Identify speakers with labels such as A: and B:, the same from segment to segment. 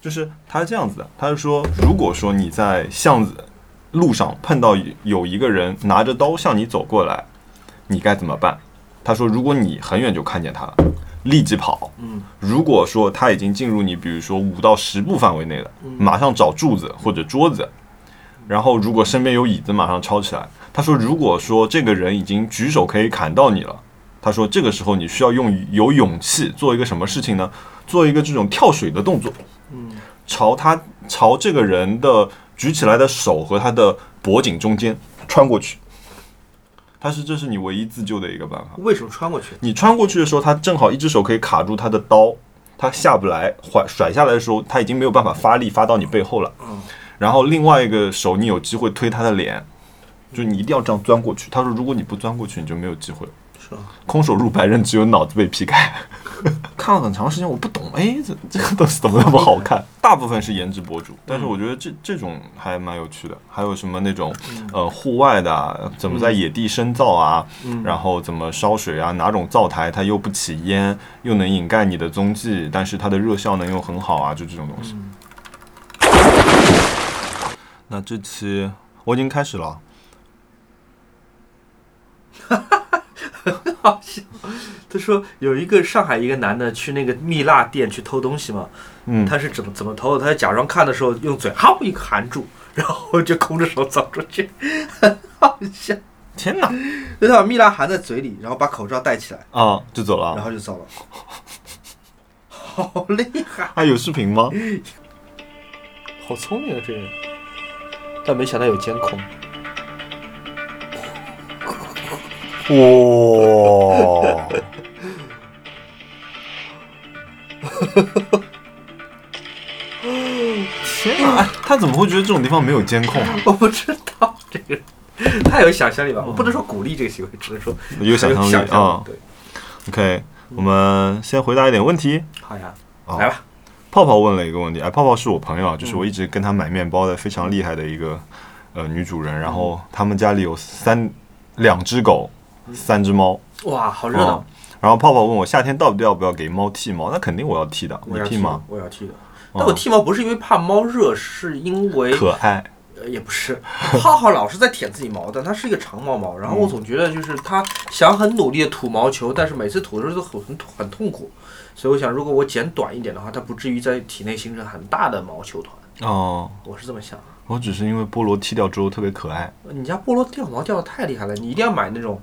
A: 就是他是这样子的，他是说，如果说你在巷子路上碰到有一个人拿着刀向你走过来，你该怎么办？他说，如果你很远就看见他了，立即跑。
B: 嗯
A: 如果说他已经进入你，比如说五到十步范围内了，
B: 嗯
A: 马上找柱子或者桌子，然后如果身边有椅子，马上抄起来。他说，如果说这个人已经举手可以砍到你了，他说这个时候你需要用有勇气做一个什么事情呢？做一个这种跳水的动作，
B: 嗯
A: 朝他朝这个人的举起来的手和他的脖颈中间穿过去。他是这是你唯一自救的一个办法。
B: 为什么穿过去？
A: 你穿过去的时候，他正好一只手可以卡住他的刀，他下不来，甩甩下来的时候，他已经没有办法发力发到你背后了。
B: 嗯
A: 然后另外一个手，你有机会推他的脸，就你一定要这样钻过去。他说，如果你不钻过去，你就没有机会了。
B: 是吧？
A: 空手入白刃，只有脑子被劈开。看了很长时间，我不懂，哎，这这个东西怎么那么好看？ 嗯大部分是颜值博主，但是我觉得这这种还蛮有趣的。还有什么那种呃户外的、啊，怎么在野地深造啊，
B: 嗯
A: 然后怎么烧水啊，哪种灶台它又不起烟，又能掩盖你的踪迹，但是它的热效能又很好啊，就这种东西。
B: 嗯
A: 那这期我已经开始了，
B: 他说有一个上海一个男的去那个蜜蜡店去偷东西嘛，
A: 嗯，
B: 他是怎么怎么偷的？他假装看的时候用嘴哈一含住， 然后就空着手走出去，很好笑。
A: 天哪，
B: 就他把蜜蜡含在嘴里，然后把口罩戴起来，
A: 啊，就走了
B: 然
A: 啊。
B: 后就走了。好厉害，
A: 啊，有视频吗？
B: 好聪明啊这人！但没想到有监控。
A: 哇、 天啊！他怎么会觉得这种地方没有监控啊？
B: 我不知道这个人太有想象力了。我不能说鼓励这个行为，只能说
A: 有想象力
B: 嗯想
A: 啊
B: 对，
A: OK，我们先回答一点问题。
B: 好呀，
A: 啊
B: 来吧。
A: 泡泡问了一个问题，哎，泡泡是我朋友啊，
B: 嗯
A: 就是我一直跟他买面包的非常厉害的一个呃女主人，然后他们家里有三两只狗，三只猫，
B: 哇，好
A: 嗯
B: 热闹！，
A: 然后泡泡问我夏天到底要不要给猫剃毛，那肯定我要剃的，哦
B: 我
A: 你
B: 要
A: 剃
B: 的
A: 吗？，
B: 我要剃的。但我剃毛不是因为怕猫热，是因为
A: 可爱，
B: 呃，也不是，浩浩老是在舔自己毛蛋，它是一个长毛毛，然后
A: 嗯
B: 我总觉得就是他想很努力的吐毛球，但是每次吐的时候都很很很痛苦，所以我想如果我剪短一点的话，它不至于在体内形成很大的毛球团，
A: 哦、
B: 我是这么想的。
A: 我只是因为菠萝剃掉之后特别可爱，
B: 你家菠萝掉毛掉的太厉害了，你一定要买那种，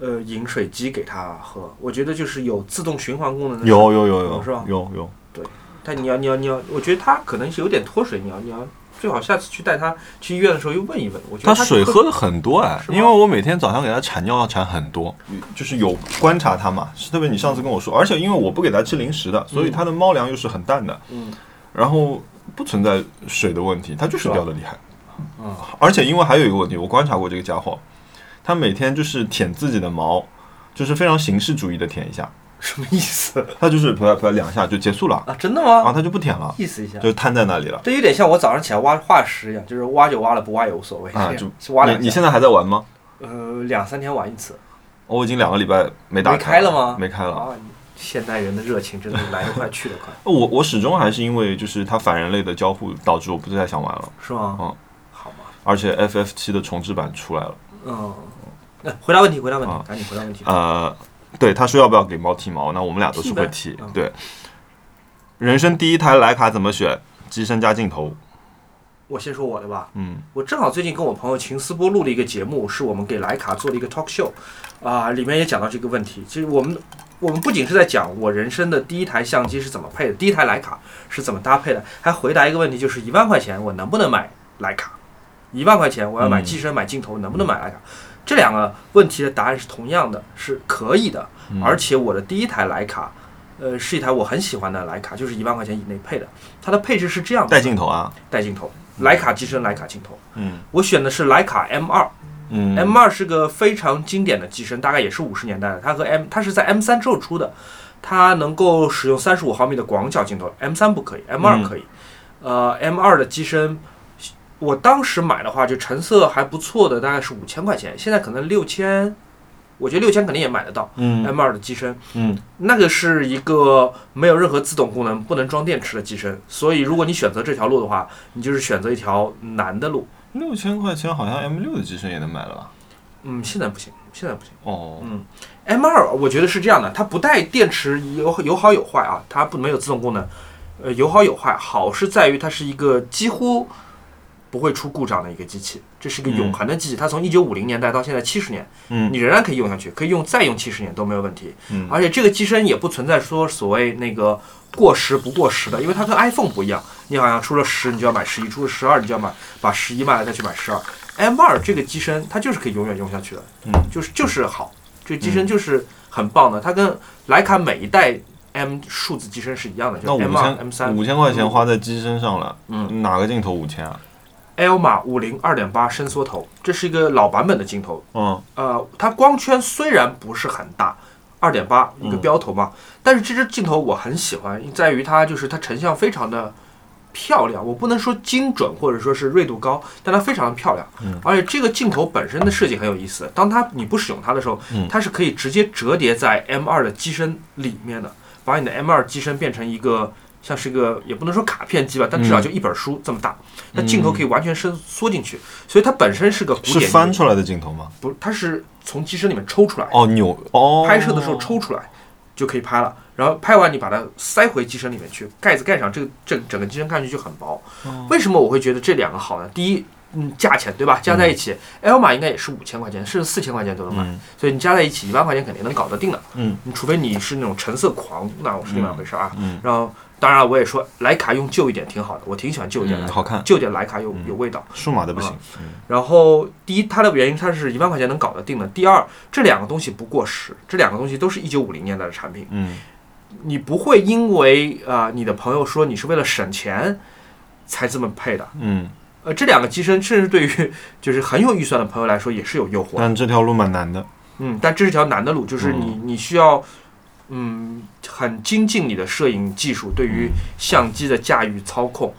B: 呃，饮水机给它喝，我觉得就是有自动循环功能的。，
A: 有有有
B: 有嗯哦是吧
A: 有有有，
B: 但你要你要你要，我觉得它可能是有点脱水，你要你要最好下次去带它去医院的时候又问一问，我觉
A: 它
B: 得它
A: 水喝的很多哎，
B: 是吗
A: 因为我每天早上给它铲尿要铲很多，嗯就是有观察它嘛，是特别你上次跟我说，而且因为我不给它吃零食的，所以它的猫粮又是很淡的，
B: 嗯
A: 然后不存在水的问题，它就是
B: 是吧
A: 掉的厉害，
B: 嗯
A: 而且因为还有一个问题，我观察过这个家伙，它每天就是舔自己的毛，就是非常形式主义的舔一下，
B: 什么意思
A: 它就是啪啪啪两下就结束了，
B: 啊？真的吗？
A: 啊，它就不舔了，
B: 意思一下。
A: 就瘫在那里了。
B: 这有点像我早上起来挖化石一样，就是挖就挖了，不挖也无所谓。
A: 啊
B: 这样
A: 就是
B: 挖两
A: 你你
B: 下
A: 现在还在玩吗？哦
B: 呃两三天玩一次，
A: 我已经两个礼拜没打
B: 没开了吗？
A: 没开了。
B: 啊！现代人的热情真的是来得 快去得快，
A: 我我始终还是因为就是它反人类的交互导致我不太想玩了，
B: 是吗？
A: 嗯，
B: 好吧，
A: 而且 FF 七的重置版出来了。
B: 嗯。那回答问题，回答问题
A: 啊，
B: 赶紧回答问题。
A: 呃，对，他说要不要给猫剃毛？那我们俩都是会剃
B: 剃呗嗯。
A: 对，人生第一台徕卡怎么选？机身加镜头。
B: 我先说我的吧，
A: 嗯，
B: 我正好最近跟我朋友秦思波录了一个节目，是我们给莱卡做了一个 talk show，啊、里面也讲到这个问题。其实我们我们不仅是在讲我人生的第一台相机是怎么配的，第一台徕卡是怎么搭配的，还回答一个问题，就是一万块钱我能不能买徕卡？一万块钱我要买
A: 嗯
B: 机身、买镜头，能不能买徕卡？这两个问题的答案是同样的，是可以的。
A: 嗯
B: 而且我的第一台徕卡，呃，是一台我很喜欢的徕卡，就是一万块钱以内配的。它的配置是这样的：
A: 带镜头啊。
B: 带镜头，徕卡机身、徕卡镜头。
A: 嗯
B: 我选的是徕卡 M 二
A: 嗯
B: ，M 二是个非常经典的机身，大概也是五十年代的。它和 M 它是在 M 三之后出的，它能够使用三十五毫米的广角镜头，M 三不可以，M 二
A: 嗯
B: 可以。呃，M 二的机身，我当时买的话就成色还不错的，大概是五千块钱，现在可能六千我觉得六千肯定也买得到。
A: 嗯
B: M 二的机身，
A: 嗯
B: 那个是一个没有任何自动功能、不能装电池的机身，所以如果你选择这条路的话，你就是选择一条难的路。
A: 六千块钱好像 M 六的机身也能买了吧？
B: 嗯，现在不行，现在不行。
A: 哦，
B: 嗯，M 二我觉得是这样的，它不带电池有有好有坏啊，它不没有自动功能，呃，有好有坏。好是在于它是一个几乎不会出故障的一个机器，这是一个
A: 嗯
B: 永恒的机器，它从一九五零年代到现在七十年，
A: 嗯
B: 你仍然可以用下去，可以用再用七十年都没有问题。
A: 嗯
B: 而且这个机身也不存在说所谓那个过时不过时的，因为它跟 iPhone 不一样，你好像出了十你就要买十一，出了十二你就要买把十一卖了再去买十二。M 二这个机身它就是可以永远用下去的，
A: 嗯
B: 就是就是好，这个机身就是很棒的，它跟徕卡每一代 M 数字机身是一样的，
A: 那
B: 就
A: 五
B: 是 M 二、M
A: 千
B: 三、
A: 五千块钱花在机身上了，
B: 嗯
A: 哪个镜头五千啊？
B: Elma 五零二点八伸缩头，这是一个老版本的镜头，
A: 嗯
B: 呃，它光圈虽然不是很大，二点八一
A: 嗯
B: 个标头嘛，但是这支镜头我很喜欢，在于它就是它成像非常的漂亮，我不能说精准或者说是锐度高，但它非常的漂亮。
A: 嗯
B: 而且这个镜头本身的设计很有意思，当它你不使用它的时候，
A: 嗯
B: 它是可以直接折叠在 M 二的机身里面的，把你的 M 二机身变成一个。像是一个也不能说卡片机吧，但
A: 嗯
B: 至少就一本书这么大，那镜头可以完全伸缩进去，所以它本身是个古
A: 是
B: 典意义
A: 翻出来的镜头吗？
B: 不，它是从机身里面抽出来，
A: 哦，扭哦，
B: 拍摄的时候抽出来就可以拍了。然后拍完你把它塞回机身里面去，盖子盖上，这个这整个机身看上去就很薄。
A: 哦
B: 为什么我会觉得这两个好呢？第一，嗯，价钱对吧？加在一起、l m a 应该也是五千块钱，甚至四千块钱都能买。
A: 嗯
B: 所以你加在一起一万块钱肯定能搞得定的。
A: 嗯
B: 你除非你是那种成色狂，那我是另外一回事啊。
A: 嗯
B: 然后当然了我也说徕卡用旧一点挺好的，我挺喜欢旧一点
A: 嗯，
B: 的，
A: 好看，
B: 旧一点徕卡有
A: 嗯
B: 有味道。
A: 数码的不行。嗯
B: 然后第一，它的原因它是一万块钱能搞得定的；第二，这两个东西不过时，这两个东西都是一九五零年代的产品，
A: 嗯
B: 你不会因为啊、呃你的朋友说你是为了省钱才这么配的。
A: 嗯，
B: 呃，这两个机身甚至对于就是很有预算的朋友来说也是有诱惑的。
A: 但这条路蛮难的。
B: 嗯，但这是条难的路，就是你你需要。嗯，很精进你的摄影技术，对于相机的驾驭操控，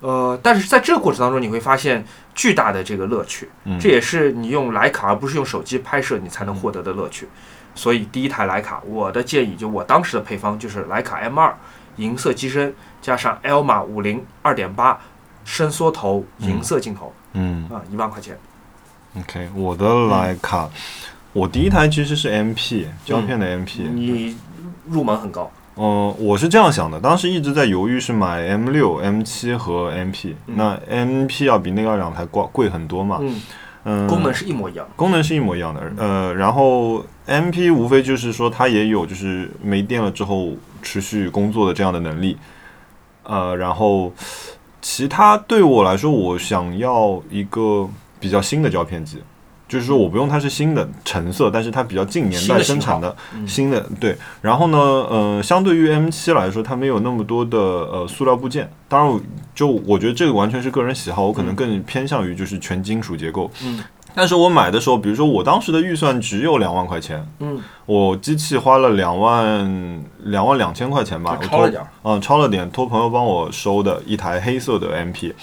B: 呃，但是在这个过程当中，你会发现巨大的这个乐趣。
A: 嗯，
B: 这也是你用徕卡而不是用手机拍摄你才能获得的乐趣。所以第一台徕卡，我的建议就我当时的配方就是徕卡 M 二银色机身加上 Elma 五零二点八伸缩头银色镜头
A: 嗯
B: 啊，一、万块钱。
A: ，OK，我的徕卡，我第一台其实是 MP 胶片
B: 嗯
A: 的 MP。
B: 你入门很高，
A: 嗯，我是这样想的，当时一直在犹豫是买 M 六、M 七和 MP，
B: 嗯
A: 那 MP 要比那个两台贵贵很多嘛。
B: 嗯，
A: 嗯，
B: 功能是一模一样的。
A: 功能是一模一样的。呃，然后 M P 无非就是说它也有就是没电了之后持续工作的这样的能力。呃，然后其他对我来说，我想要一个比较新的胶片机，就是
B: 嗯
A: 说我不用它是新的橙色，但是它比较近年代生产的
B: 嗯
A: 新的对。然后呢，呃，相对于 M 七来说，它没有那么多的呃塑料部件。当然我，就我觉得这个完全是个人喜好，我可能
B: 嗯
A: 更偏向于就是全金属结构。
B: 嗯
A: 但是我买的时候，比如说我当时的预算只有两万块钱，
B: 嗯，
A: 我机器花了两万两万两千块钱吧，我
B: 超了点儿。
A: 嗯，超了点，托朋友帮我收的一台黑色的 MP，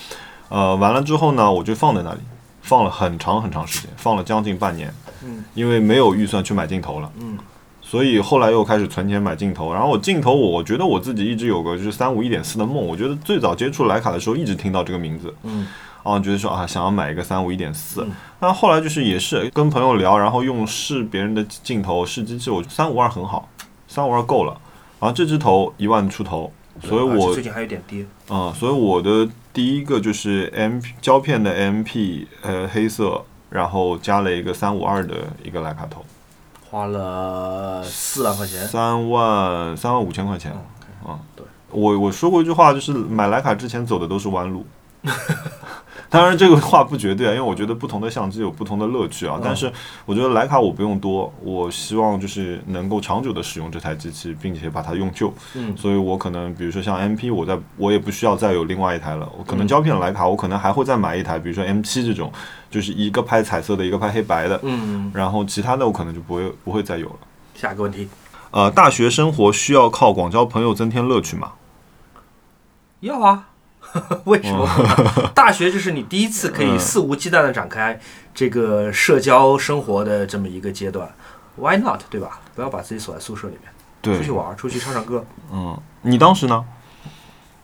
A: 呃，完了之后呢，我就放在那里，放了很长很长时间，放了将近半年，
B: 嗯，
A: 因为没有预算去买镜头了，
B: 嗯，
A: 所以后来又开始存钱买镜头，然后我镜头我觉得我自己一直有个就是三五一点四的梦，我觉得最早接触徕卡的时候一直听到这个名字，
B: 嗯，
A: 啊，觉得说啊想要买一个三五一点四
B: 嗯，
A: 但后来就是也是跟朋友聊，然后用试别人的镜头试机器，我三五二很好，三五二够了，然后这只头一万出头，所以
B: 而且
A: 我
B: 最近还有点低。
A: 啊、所以我的第一个就是 M 胶片的 MP，呃，黑色，然后加了一个三五二的一个徕卡头，
B: 花了四万块钱，
A: 三万三万五千块钱
B: 嗯
A: 啊、
B: 对，
A: 我我说过一句话，就是买徕卡之前走的都是弯路。 当然，这个话不绝对啊，因为我觉得不同的相机有不同的乐趣啊。
B: 嗯
A: 但是我觉得徕卡我不用多，我希望就是能够长久的使用这台机器，并且把它用旧。
B: 嗯
A: 所以我可能比如说像 M P，我在我也不需要再有另外一台了。我可能
B: 嗯
A: 胶片徕卡，我可能还会再买一台，比如说 M 七这种，就是一个拍彩色的，一个拍黑白的。
B: 嗯，
A: 然后其他的我可能就不会不会再有了。
B: 下一个问题
A: 呃，大学生活需要靠广交朋友增添乐趣嘛？
B: 要啊， 为什么不呢？ 大学就是你第一次可以肆无忌惮的展开这个社交生活的这么一个阶段。 ，Why not？对吧？不要把自己锁在宿舍里面，
A: 对
B: 出，去玩，出去唱唱歌。
A: 嗯，你当时呢？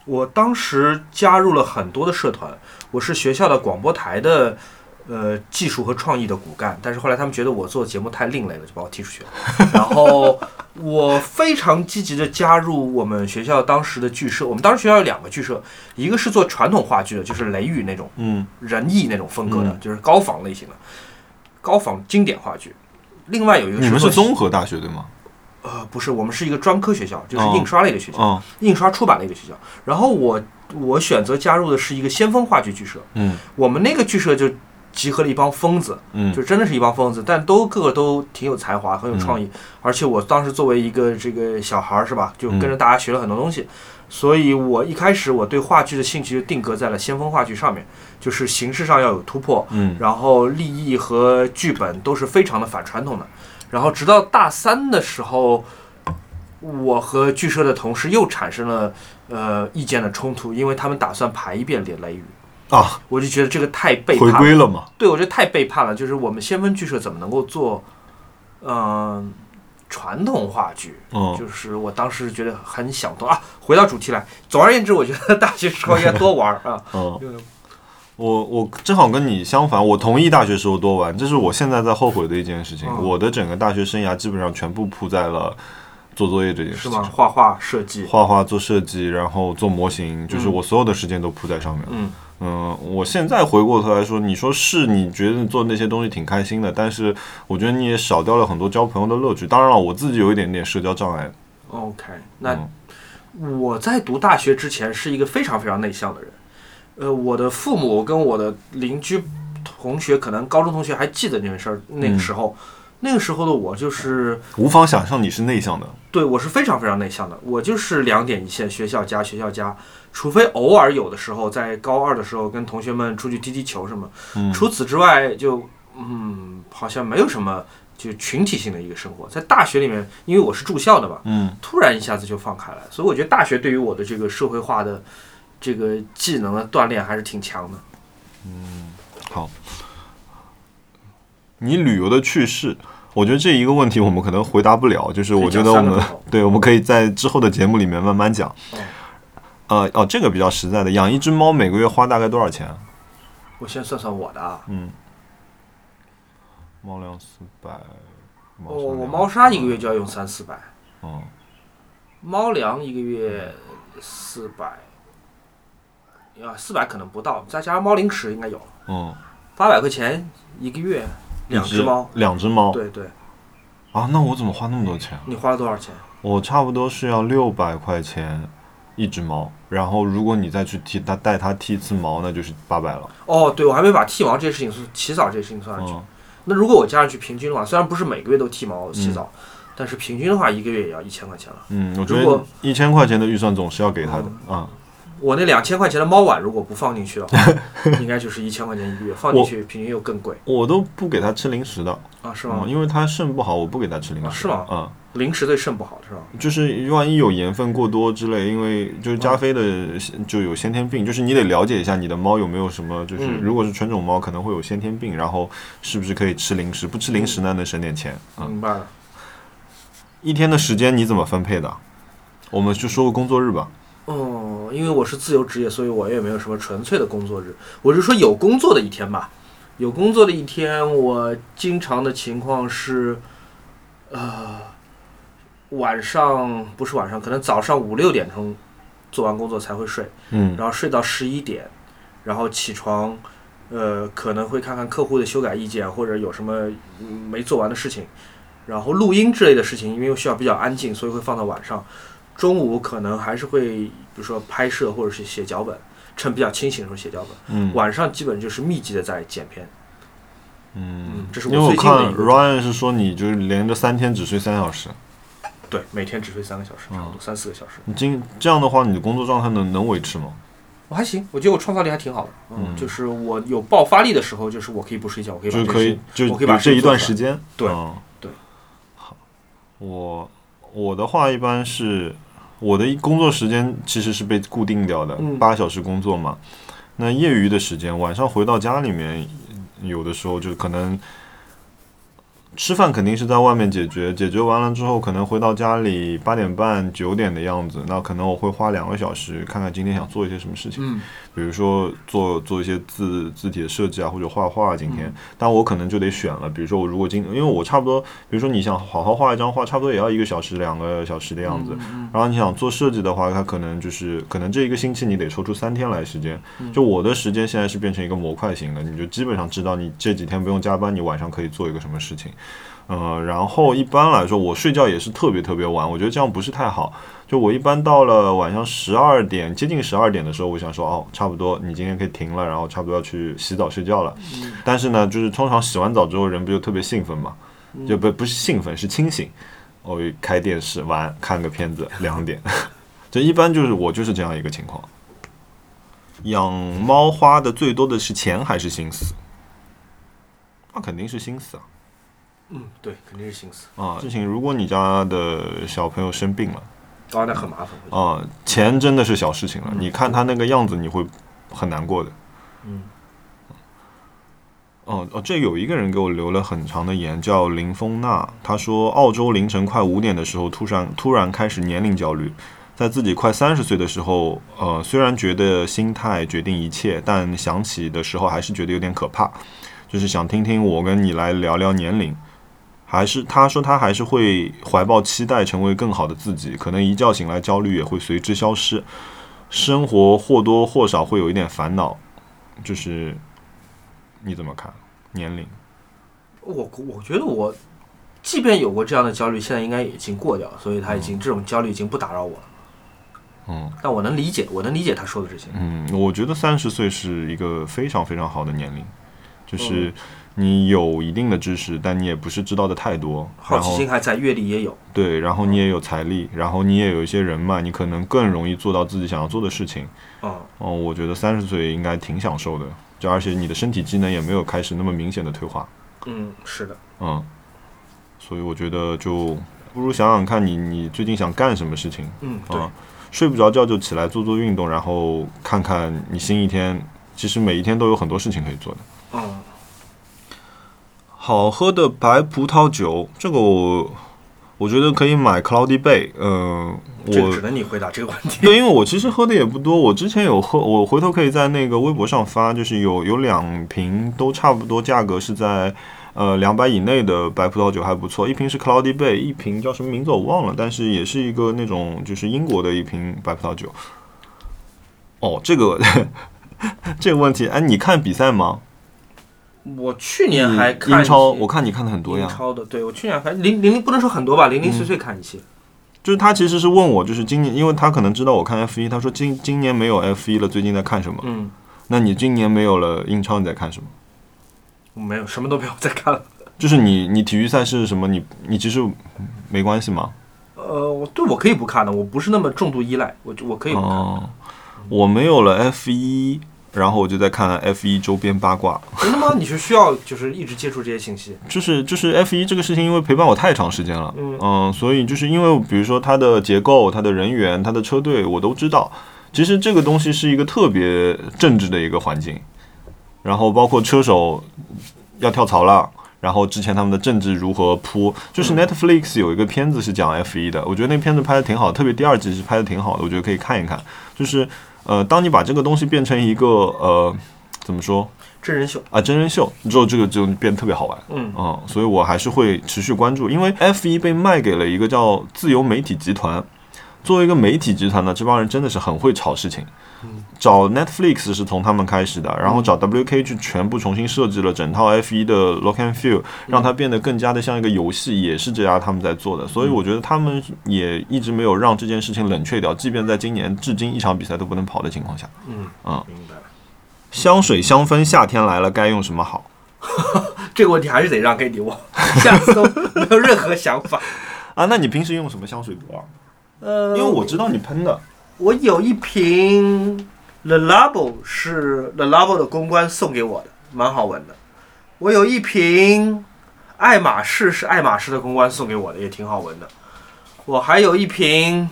B: 我当时加入了很多的社团，我是学校的广播台的。呃，技术和创意的骨干，但是后来他们觉得我做节目太另类了，就把我踢出去 了。然后我非常积极的加入我们学校当时的剧社，我们当时学校有两个剧社，一个是做传统话剧的，就是《雷雨》那种，
A: 嗯
B: 仁义那种风格的，就是高仿类型的高仿经典话剧。另外有一个
A: 你们
B: 做
A: 是综合大学对吗？
B: 呃不是，我们是一个专科学校，就是
A: 哦
B: 印刷类的学校，
A: 嗯
B: 印刷出版类的学校。然后我我选择加入的是一个先锋话剧剧社，
A: 嗯
B: 我们那个剧社就集合了一帮疯子，
A: 嗯
B: 就真的是一帮疯子，但都个个都挺有才华，很有创意。而且我当时作为一个这个小孩儿是吧，就跟着大家学了很多东西，所以我一开始我对话剧的兴趣就定格在了先锋话剧上面，就是形式上要有突破，
A: 嗯
B: 然后立意和剧本都是非常的反传统的。然后直到大三的时候，我和剧社的同事又产生了呃意见的冲突，因为他们打算排一遍《雷雷雨》，
A: 啊，
B: 我就觉得这个太背
A: 回
B: 叛了。
A: 归了嘛？
B: 对我觉得太背叛了。就是我们先锋剧社怎么能够做，嗯、传统话剧？
A: 嗯
B: 就是我当时觉得很想不通啊。回到主题来，总而言之，我觉得大学时候应该多玩儿 啊。
A: 嗯，我我正好跟你相反，我同意大学时候多玩，这是我现在在后悔的一件事情。
B: 嗯
A: 我的整个大学生涯基本上全部扑在了做作业这件事
B: 是
A: 情
B: 吗？
A: 上。
B: 画画、设计，
A: 画画、做设计，然后做模型，就是
B: 嗯
A: 我所有的时间都扑在上面了。
B: 嗯
A: 嗯，我现在回过头来说，你说是你觉得你做那些东西挺开心的，但是我觉得你也少掉了很多交朋友的乐趣。当然了，我自己有一点点社交障碍。
B: ，OK。那
A: 嗯
B: 我在读大学之前是一个非常非常内向的人，呃，我的父母跟我的邻居同学，可能高中同学还记得那件事儿。那个时候，
A: 嗯
B: 那个时候的我就是。
A: 无法想象你是内向的。
B: 对我是非常非常内向的，我就是两点一线，学校加学校加，除非偶尔有的时候在高二的时候跟同学们出去踢踢球什么，
A: 嗯
B: 除此之外就嗯好像没有什么就群体性的一个生活。在大学里面，因为我是住校的嘛，
A: 嗯
B: 突然一下子就放开了，所以我觉得大学对于我的这个社会化的这个技能的锻炼还是挺强的。
A: 好，你旅游的趣事，我觉得这一个问题我们可能回答不了，就是我觉得我
B: 可以
A: 们
B: 讲三个钟头
A: 对我们可以在之后的节目里面慢慢讲。
B: 嗯
A: 呃哦，这个比较实在的，养一只猫每个月花大概多少钱啊？
B: 我先算算我的啊，
A: 嗯，猫粮四百。
B: 我我哦猫砂一个月就要用三四百，
A: 嗯，
B: 猫粮一个月四百，啊，四百可能不到，再加上猫零食应该有
A: 嗯，
B: 八百块钱一个月，两
A: 一
B: 只猫。，
A: 两只猫
B: 对对，
A: 啊？那我怎么花那么多钱啊？
B: 你花了多少钱？
A: 我差不多是要六百块钱一只猫，然后如果你再去剃它，带它剃一次毛，那就是八百了。
B: 哦，对，我还没把剃毛这件事情算，起澡这件事情算上去。
A: 嗯，
B: 那如果我加上去平均的话，虽然不是每个月都剃毛洗澡，但是平均的话，一个月也要一千块钱了。
A: 嗯，我觉
B: 如果嗯
A: 得一千块钱的预算总是要给它的啊、
B: 我那两千块钱的猫碗如果不放进去的 话，应该就是一千块钱一个月，放进去平均又更贵
A: 我都不给它吃零食的，
B: 啊，是吗
A: 嗯，？因为它肾不好，我不给它吃零
B: 啊
A: 食。
B: 是吗
A: 嗯，
B: 零食对肾不好是吧？
A: 就是万一有盐分过多之类，因为就是加菲的就有先天病，就是你得了解一下你的猫有没有什么，就是
B: 嗯
A: 如果是纯种猫可能会有先天病，然后是不是可以吃零食？不吃零食呢能省点钱啊、
B: 明白了。
A: 一天的时间你怎么分配的？我们就说个工作日吧。
B: 哦，因为我是自由职业，所以我也没有什么纯粹的工作日。我是说有工作的一天吧，有工作的一天，我经常的情况是，呃，晚上不是晚上，可能早上五六点钟做完工作才会睡，
A: 嗯
B: 然后睡到十一点，然后起床，呃，可能会看看客户的修改意见或者有什么嗯没做完的事情，然后录音之类的事情，因为需要比较安静，所以会放到晚上。中午可能还是会，比如说拍摄或者是写脚本，趁比较清醒的时候写脚本。
A: 嗯
B: 晚上基本就是密集的在剪片，
A: 嗯
B: 嗯，这是
A: 因
B: 我
A: 为我
B: 最近的
A: 看
B: 一个
A: Ryan 是说你就是连着三天只睡三小时，
B: 对，每天只睡三个小时，差
A: 嗯
B: 不多三四个小时。
A: 你今这样的话你的工作状态能能维持吗？
B: 我还行，我觉得我创造力还挺好的。嗯，
A: 嗯
B: 就是我有爆发力的时候，就是我可以不睡觉，我可以把
A: 就是可以
B: 这个事
A: 就
B: 我可以把
A: 有这一段时间，
B: 做出来
A: 嗯
B: 对，
A: 好，我我的话一般是我的一工作时间其实是被固定掉的，
B: 嗯
A: 八、小时工作嘛。那业余的时间，晚上回到家里面，有的时候就可能吃饭肯定是在外面解决，解决完了之后，可能回到家里八点半九点的样子，那可能我会花两个小时看看今天想做一些什么事情，
B: 嗯
A: 比如说做做一些字字体的设计啊，或者画画啊。今天，但我可能就得选了，比如说我如果今，因为我差不多，比如说你想好好画一张画，差不多也要一个小时两个小时的样子，
B: 嗯
A: 然后你想做设计的话，它可能就是可能这一个星期你得抽出三天来时间。就我的时间现在是变成一个模块型的，你就基本上知道你这几天不用加班，你晚上可以做一个什么事情。呃，然后一般来说，我睡觉也是特别特别晚，我觉得这样不是太好。就我一般到了晚上十二点，接近十二点的时候，我想说，哦，差不多，你今天可以停了，然后差不多要去洗澡睡觉了。但是呢，就是通常洗完澡之后，人不就特别兴奋嘛？就不不是兴奋，是清醒。我、哦、开电视玩，看个片子， 两点。就一般就是我就是这样一个情况。养猫花的最多的是钱还是心思？那肯定是心思啊。
B: 嗯，对，肯定是心思。
A: 啊，事情如果你家的小朋友生病了
B: 哦，那很麻烦。我觉得
A: 啊，钱真的是小事情了。
B: 嗯
A: 你看他那个样子，你会很难过的。
B: 嗯，
A: 哦哦，这有一个人给我留了很长的言，叫林峰娜。他说，澳洲凌晨快五点的时候，突然突然开始年龄焦虑，在自己快三十岁的时候，呃，虽然觉得心态决定一切，但想起的时候还是觉得有点可怕。就是想听听我跟你来聊聊年龄，还是他说他还是会怀抱期待成为更好的自己，可能一觉醒来焦虑也会随之消失，生活或多或少会有一点烦恼，就是你怎么看年龄？
B: 我我觉得我，即便有过这样的焦虑，现在应该已经过掉了，所以他已经、这种焦虑已经不打扰我了。
A: 嗯
B: 但我能理解，我能理解他说的这些。
A: 嗯，我觉得三十岁是一个非常非常好的年龄，
B: 嗯
A: 就是你有一定的知识，但你也不是知道的太多，
B: 好
A: 然
B: 奇
A: 后
B: 心还在，阅历也有。
A: 对，然后你也有财力，然后你也有一些人脉，你可能更容易做到自己想要做的事情。
B: 嗯，
A: 哦，我觉得三十岁应该挺享受的，就而且你的身体机能也没有开始那么明显的退化，
B: 嗯，是的，
A: 嗯，所以我觉得就不如想想看你你最近想干什么事情
B: 嗯，对，
A: 啊、睡不着觉就起来做做运动，然后看看你新一天，其实每一天都有很多事情可以做的。
B: 嗯，
A: 好喝的白葡萄酒，这个我我觉得可以买 Cloudy Bay，嗯、
B: 这
A: 我
B: 个只能你回答这个问题。
A: 对，因为我其实喝的也不多，我之前有喝，我回头可以在那个微博上发，就是有有两瓶都差不多价格是在呃两百以内的白葡萄酒还不错，一瓶是 Cloudy Bay，一瓶叫什么名字我忘了，但是也是一个那种就是英国的一瓶白葡萄酒。哦，这个 这个问题，哎，你看比赛吗？
B: 我去年还
A: 嗯
B: 看
A: 英
B: 一
A: 超，
B: 些
A: 我看你看的很多呀嗯
B: 英。超的，对我去年还零零零不能说很多吧，零零碎碎看一些。
A: 就是他其实是问我，就是今年，因为他可能知道我看 F 一，他说今今年没有 F 一了，最近在看什么？
B: 嗯，
A: 那你今年没有了英超，你在看什么？
B: 我没有什么都没有再看了。
A: 就是你你体育赛事什么你你其实没关系吗？
B: 呃，我对我可以不看的，我不是那么重度依赖，我我可以不看。
A: 哦，我没有了 F 一，然后我就在看 F 一周边八卦，
B: 真的吗？你是需要就是一直接触这些信息？
A: 就是就是 F 一这个事情，因为陪伴我太长时间了，
B: 嗯
A: 所以就是因为比如说它的结构、它的人员、它的车队我都知道，其实这个东西是一个特别政治的一个环境，然后包括车手要跳槽了。然后之前他们的政治如何铺，就是 Netflix 有一个片子是讲 F 1的，我觉得那片子拍的挺好，特别第二季是拍的挺好的，我觉得可以看一看。就是呃，当你把这个东西变成一个呃，怎么说
B: 真人秀，
A: 啊，真人秀之后，这个就变得特别好玩。
B: 嗯
A: 嗯，所以我还是会持续关注，因为 F 一被卖给了一个叫自由媒体集团。作为一个媒体集团呢，这帮人真的是很会炒事情。找 Netflix 是从他们开始的，然后找 WK 去全部重新设计了整套 F 一的 look and feel，让它变得更加的像一个游戏，也是这家他们在做的。所以我觉得他们也一直没有让这件事情冷却掉，即便在今年至今一场比赛都不能跑的情况下，
B: 嗯
A: 啊
B: 明白了。
A: 香水香氛夏天来了该用什么好？
B: 这个问题还是得让给你，我 下次都没有任何想法。
A: 啊，那你平时用什么香水多啊？
B: 呃，
A: 因为我知道你喷的，
B: 我有一瓶 The Labo 是 The Labo 的公关送给我的，蛮好闻的。我有一瓶爱马仕是爱马仕的公关送给我的，也挺好闻的。我还有一瓶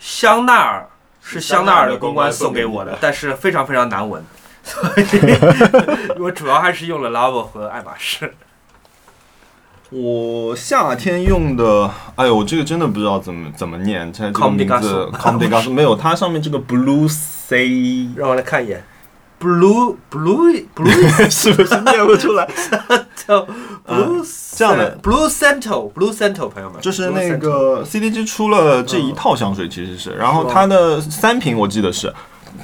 B: 香奈儿是香奈儿的公关送给我的，但是非常非常难闻， 所以我主要还是用了 Labo 和爱马仕。
A: 我夏天用的，哎呦，我这个真的不知道怎么怎么念，这这个
B: Comme des
A: 名字
B: garçons
A: Comme des garçons 没有，它上面这个 Blue C
B: 让我来看一眼，blue blue blue
A: 是不是念不出来？
B: blue
A: 啊这样的
B: blue central blue central 朋友们，
A: 就是
B: Blue
A: 那
B: Central 嗯
A: 个 CDG 出了这一套香水，其实是，然后它的三瓶我记得是，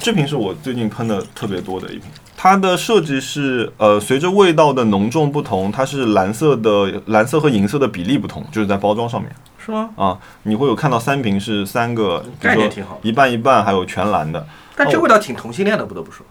A: 这瓶是我最近喷的特别多的一瓶。它的设计是，呃，随着味道的浓重不同，它是蓝色的蓝色和银色的比例不同，就是在包装上面
B: 是吗？
A: 啊，你会有看到三瓶是三个，比
B: 概
A: 如
B: 念
A: 说
B: 挺好
A: 一半一半，还有全蓝的，
B: 但
A: 哦
B: 这味道挺同性恋的，不 得不说，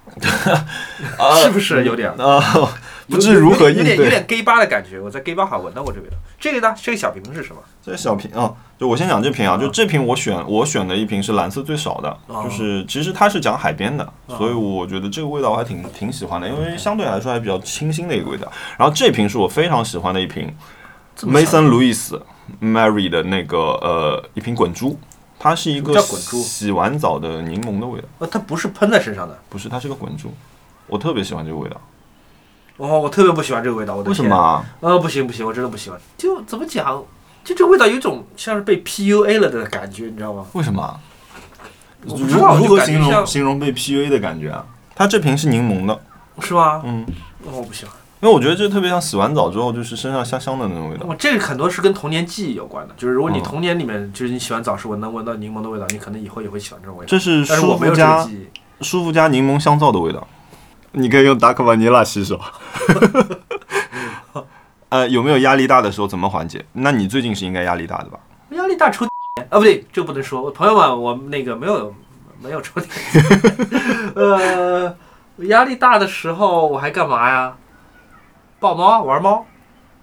B: 是不是有点？
A: 啊， 不知如何应
B: 有点有
A: 对。
B: 点 gay 吧的感觉。我在 gay 吧好闻到过这味道。这个呢，这个小瓶子是什么？
A: 这小瓶啊，就我先讲这瓶啊，就这瓶我选我选的一瓶是蓝色最少的，
B: 哦
A: 就是其实它是讲海边的，所以我觉得这个味道我还挺挺喜欢的，因为相对来说还比较清新的一个味道。然后这瓶是我非常喜欢的一瓶，Mason Louis Mary 的那个呃一瓶滚珠，它是一个
B: 什么叫滚珠
A: 洗完澡的柠檬的味道，
B: 呃，它不是喷在身上的。
A: 不是，它是个滚珠，我特别喜欢这个味道，
B: 哦，我特别不喜欢这个味道。我的
A: 为什
B: 天
A: 么？啊？
B: 呃，不行不行，我真的不喜欢。就怎么讲？就这个味道有一种像是被 PUA 了的感觉，你知道吗？
A: 为什么啊？
B: 我不知道
A: 如如
B: 就
A: 何
B: 感觉
A: 形容
B: 像
A: 形容被 PUA 的感觉啊？它这瓶是柠檬的，
B: 是吗？
A: 嗯，
B: 哦，我不喜欢。
A: 因为我觉得这特别像洗完澡之后，就是身上香香的那种味道。
B: 我这个很多是跟童年记忆有关的，就是如果你
A: 嗯
B: 童年里面就是你喜欢早时闻能闻到柠檬的味道，你可能以后也会喜欢这种味道。
A: 这是
B: 但是我
A: 舒
B: 没
A: 肤
B: 有这个
A: 佳
B: 记忆。
A: 舒肤佳柠檬香皂的味道，你可以用达克瓦尼拉洗手。 呃，有没有压力大的时候怎么缓解？那你最近是应该压力大的吧？
B: 压力大抽啊，不对，这不能说。朋友们，我那个没有没有抽 呃，压力大的时候我还干嘛呀？抱猫玩猫，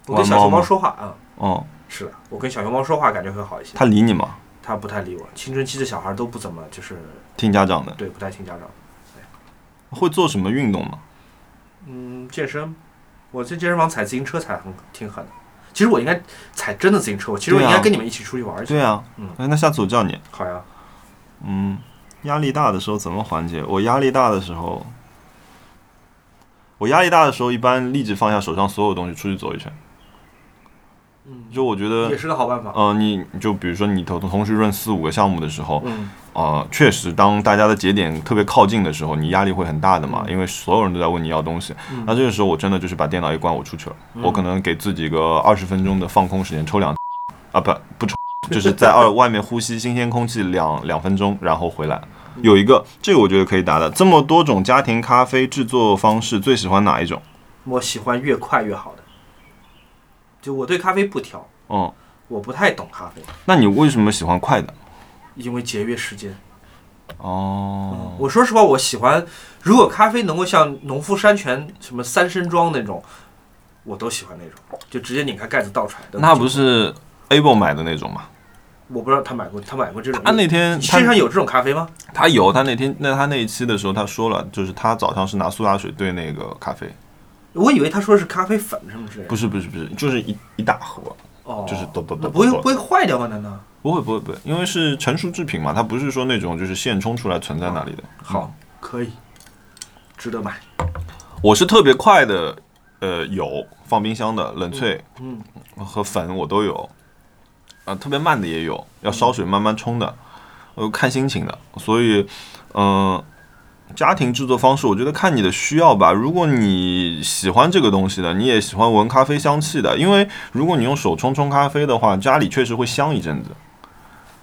B: 我跟
A: 玩
B: 小
A: 猫
B: 熊猫
A: 吗
B: 说话啊、
A: 哦，
B: 是的，我跟小熊猫说话感觉会好一些。
A: 他理你吗？
B: 它不太理我，青春期的小孩都不怎么就是
A: 听家长的，
B: 对不太听家长。
A: 会做什么运动吗？
B: 嗯，健身，我去健身房踩自行车踩得很挺狠的。其实我应该踩真的自行车，我其实我
A: 对
B: 应
A: 啊
B: 该跟你们一起出去玩去。
A: 对啊，
B: 嗯
A: 哎那下次我叫你。
B: 好呀，
A: 嗯，压力大的时候怎么缓解？我压力大的时候，我压力大的时候一般立即放下手上所有东西，出去走一圈。
B: 嗯，
A: 就我觉得
B: 也是个好办法。
A: 呃，你就比如说你同同时润四五个项目的时候，
B: 嗯，
A: 呃，确实当大家的节点特别靠近的时候，你压力会很大的嘛，因为所有人都在问你要东西。
B: 嗯
A: 那这个时候我真的就是把电脑一关，我出去了，我
B: 嗯
A: 可能给自己个二十分钟的放空时间，抽两啊不不抽， 就是在二外面呼吸新鲜空气两两分钟，然后回来。有一个，这个我觉得可以答的。这么多种家庭咖啡制作方式，最喜欢哪一种？
B: 嗯我喜欢越快越好的。就我对咖啡不挑，
A: 嗯，
B: 我不太懂咖啡，
A: 那你为什么喜欢快的？
B: 因为节约时间。
A: 哦，
B: 我说实话，我喜欢，如果咖啡能够像农夫山泉什么三升装那种，我都喜欢那种，就直接拧开盖子倒出来的。
A: 那不是 Able 买的那种吗？
B: 我不知道他买过，他买过这种。
A: 他那天他
B: 世界上有这种咖啡吗？
A: 他有他那天那他那一期的时候他说了，就是他早上是拿苏打水兑那个咖啡，
B: 我以为他说的是咖啡粉什么之类的。
A: 不是不是不是，就是一一大盒，
B: 哦，
A: 就是抖抖
B: 那
A: 抖
B: 不会
A: 抖
B: 不
A: 抖。
B: 嗯会坏掉吗？难道？
A: 不会不会不会，因为是成熟制品嘛，它不是说那种就是现冲出来存在那里的。
B: 好，可以，值得买。
A: 我是特别快的，呃，有放冰箱的冷萃
B: 嗯，
A: 和粉我都有，啊，特别慢的也有，要烧水慢慢冲的，呃，看心情的。所以，嗯、家庭制作方式，我觉得看你的需要吧。如果你喜欢这个东西的，你也喜欢闻咖啡香气的，因为如果你用手冲冲咖啡的话，家里确实会香一阵子。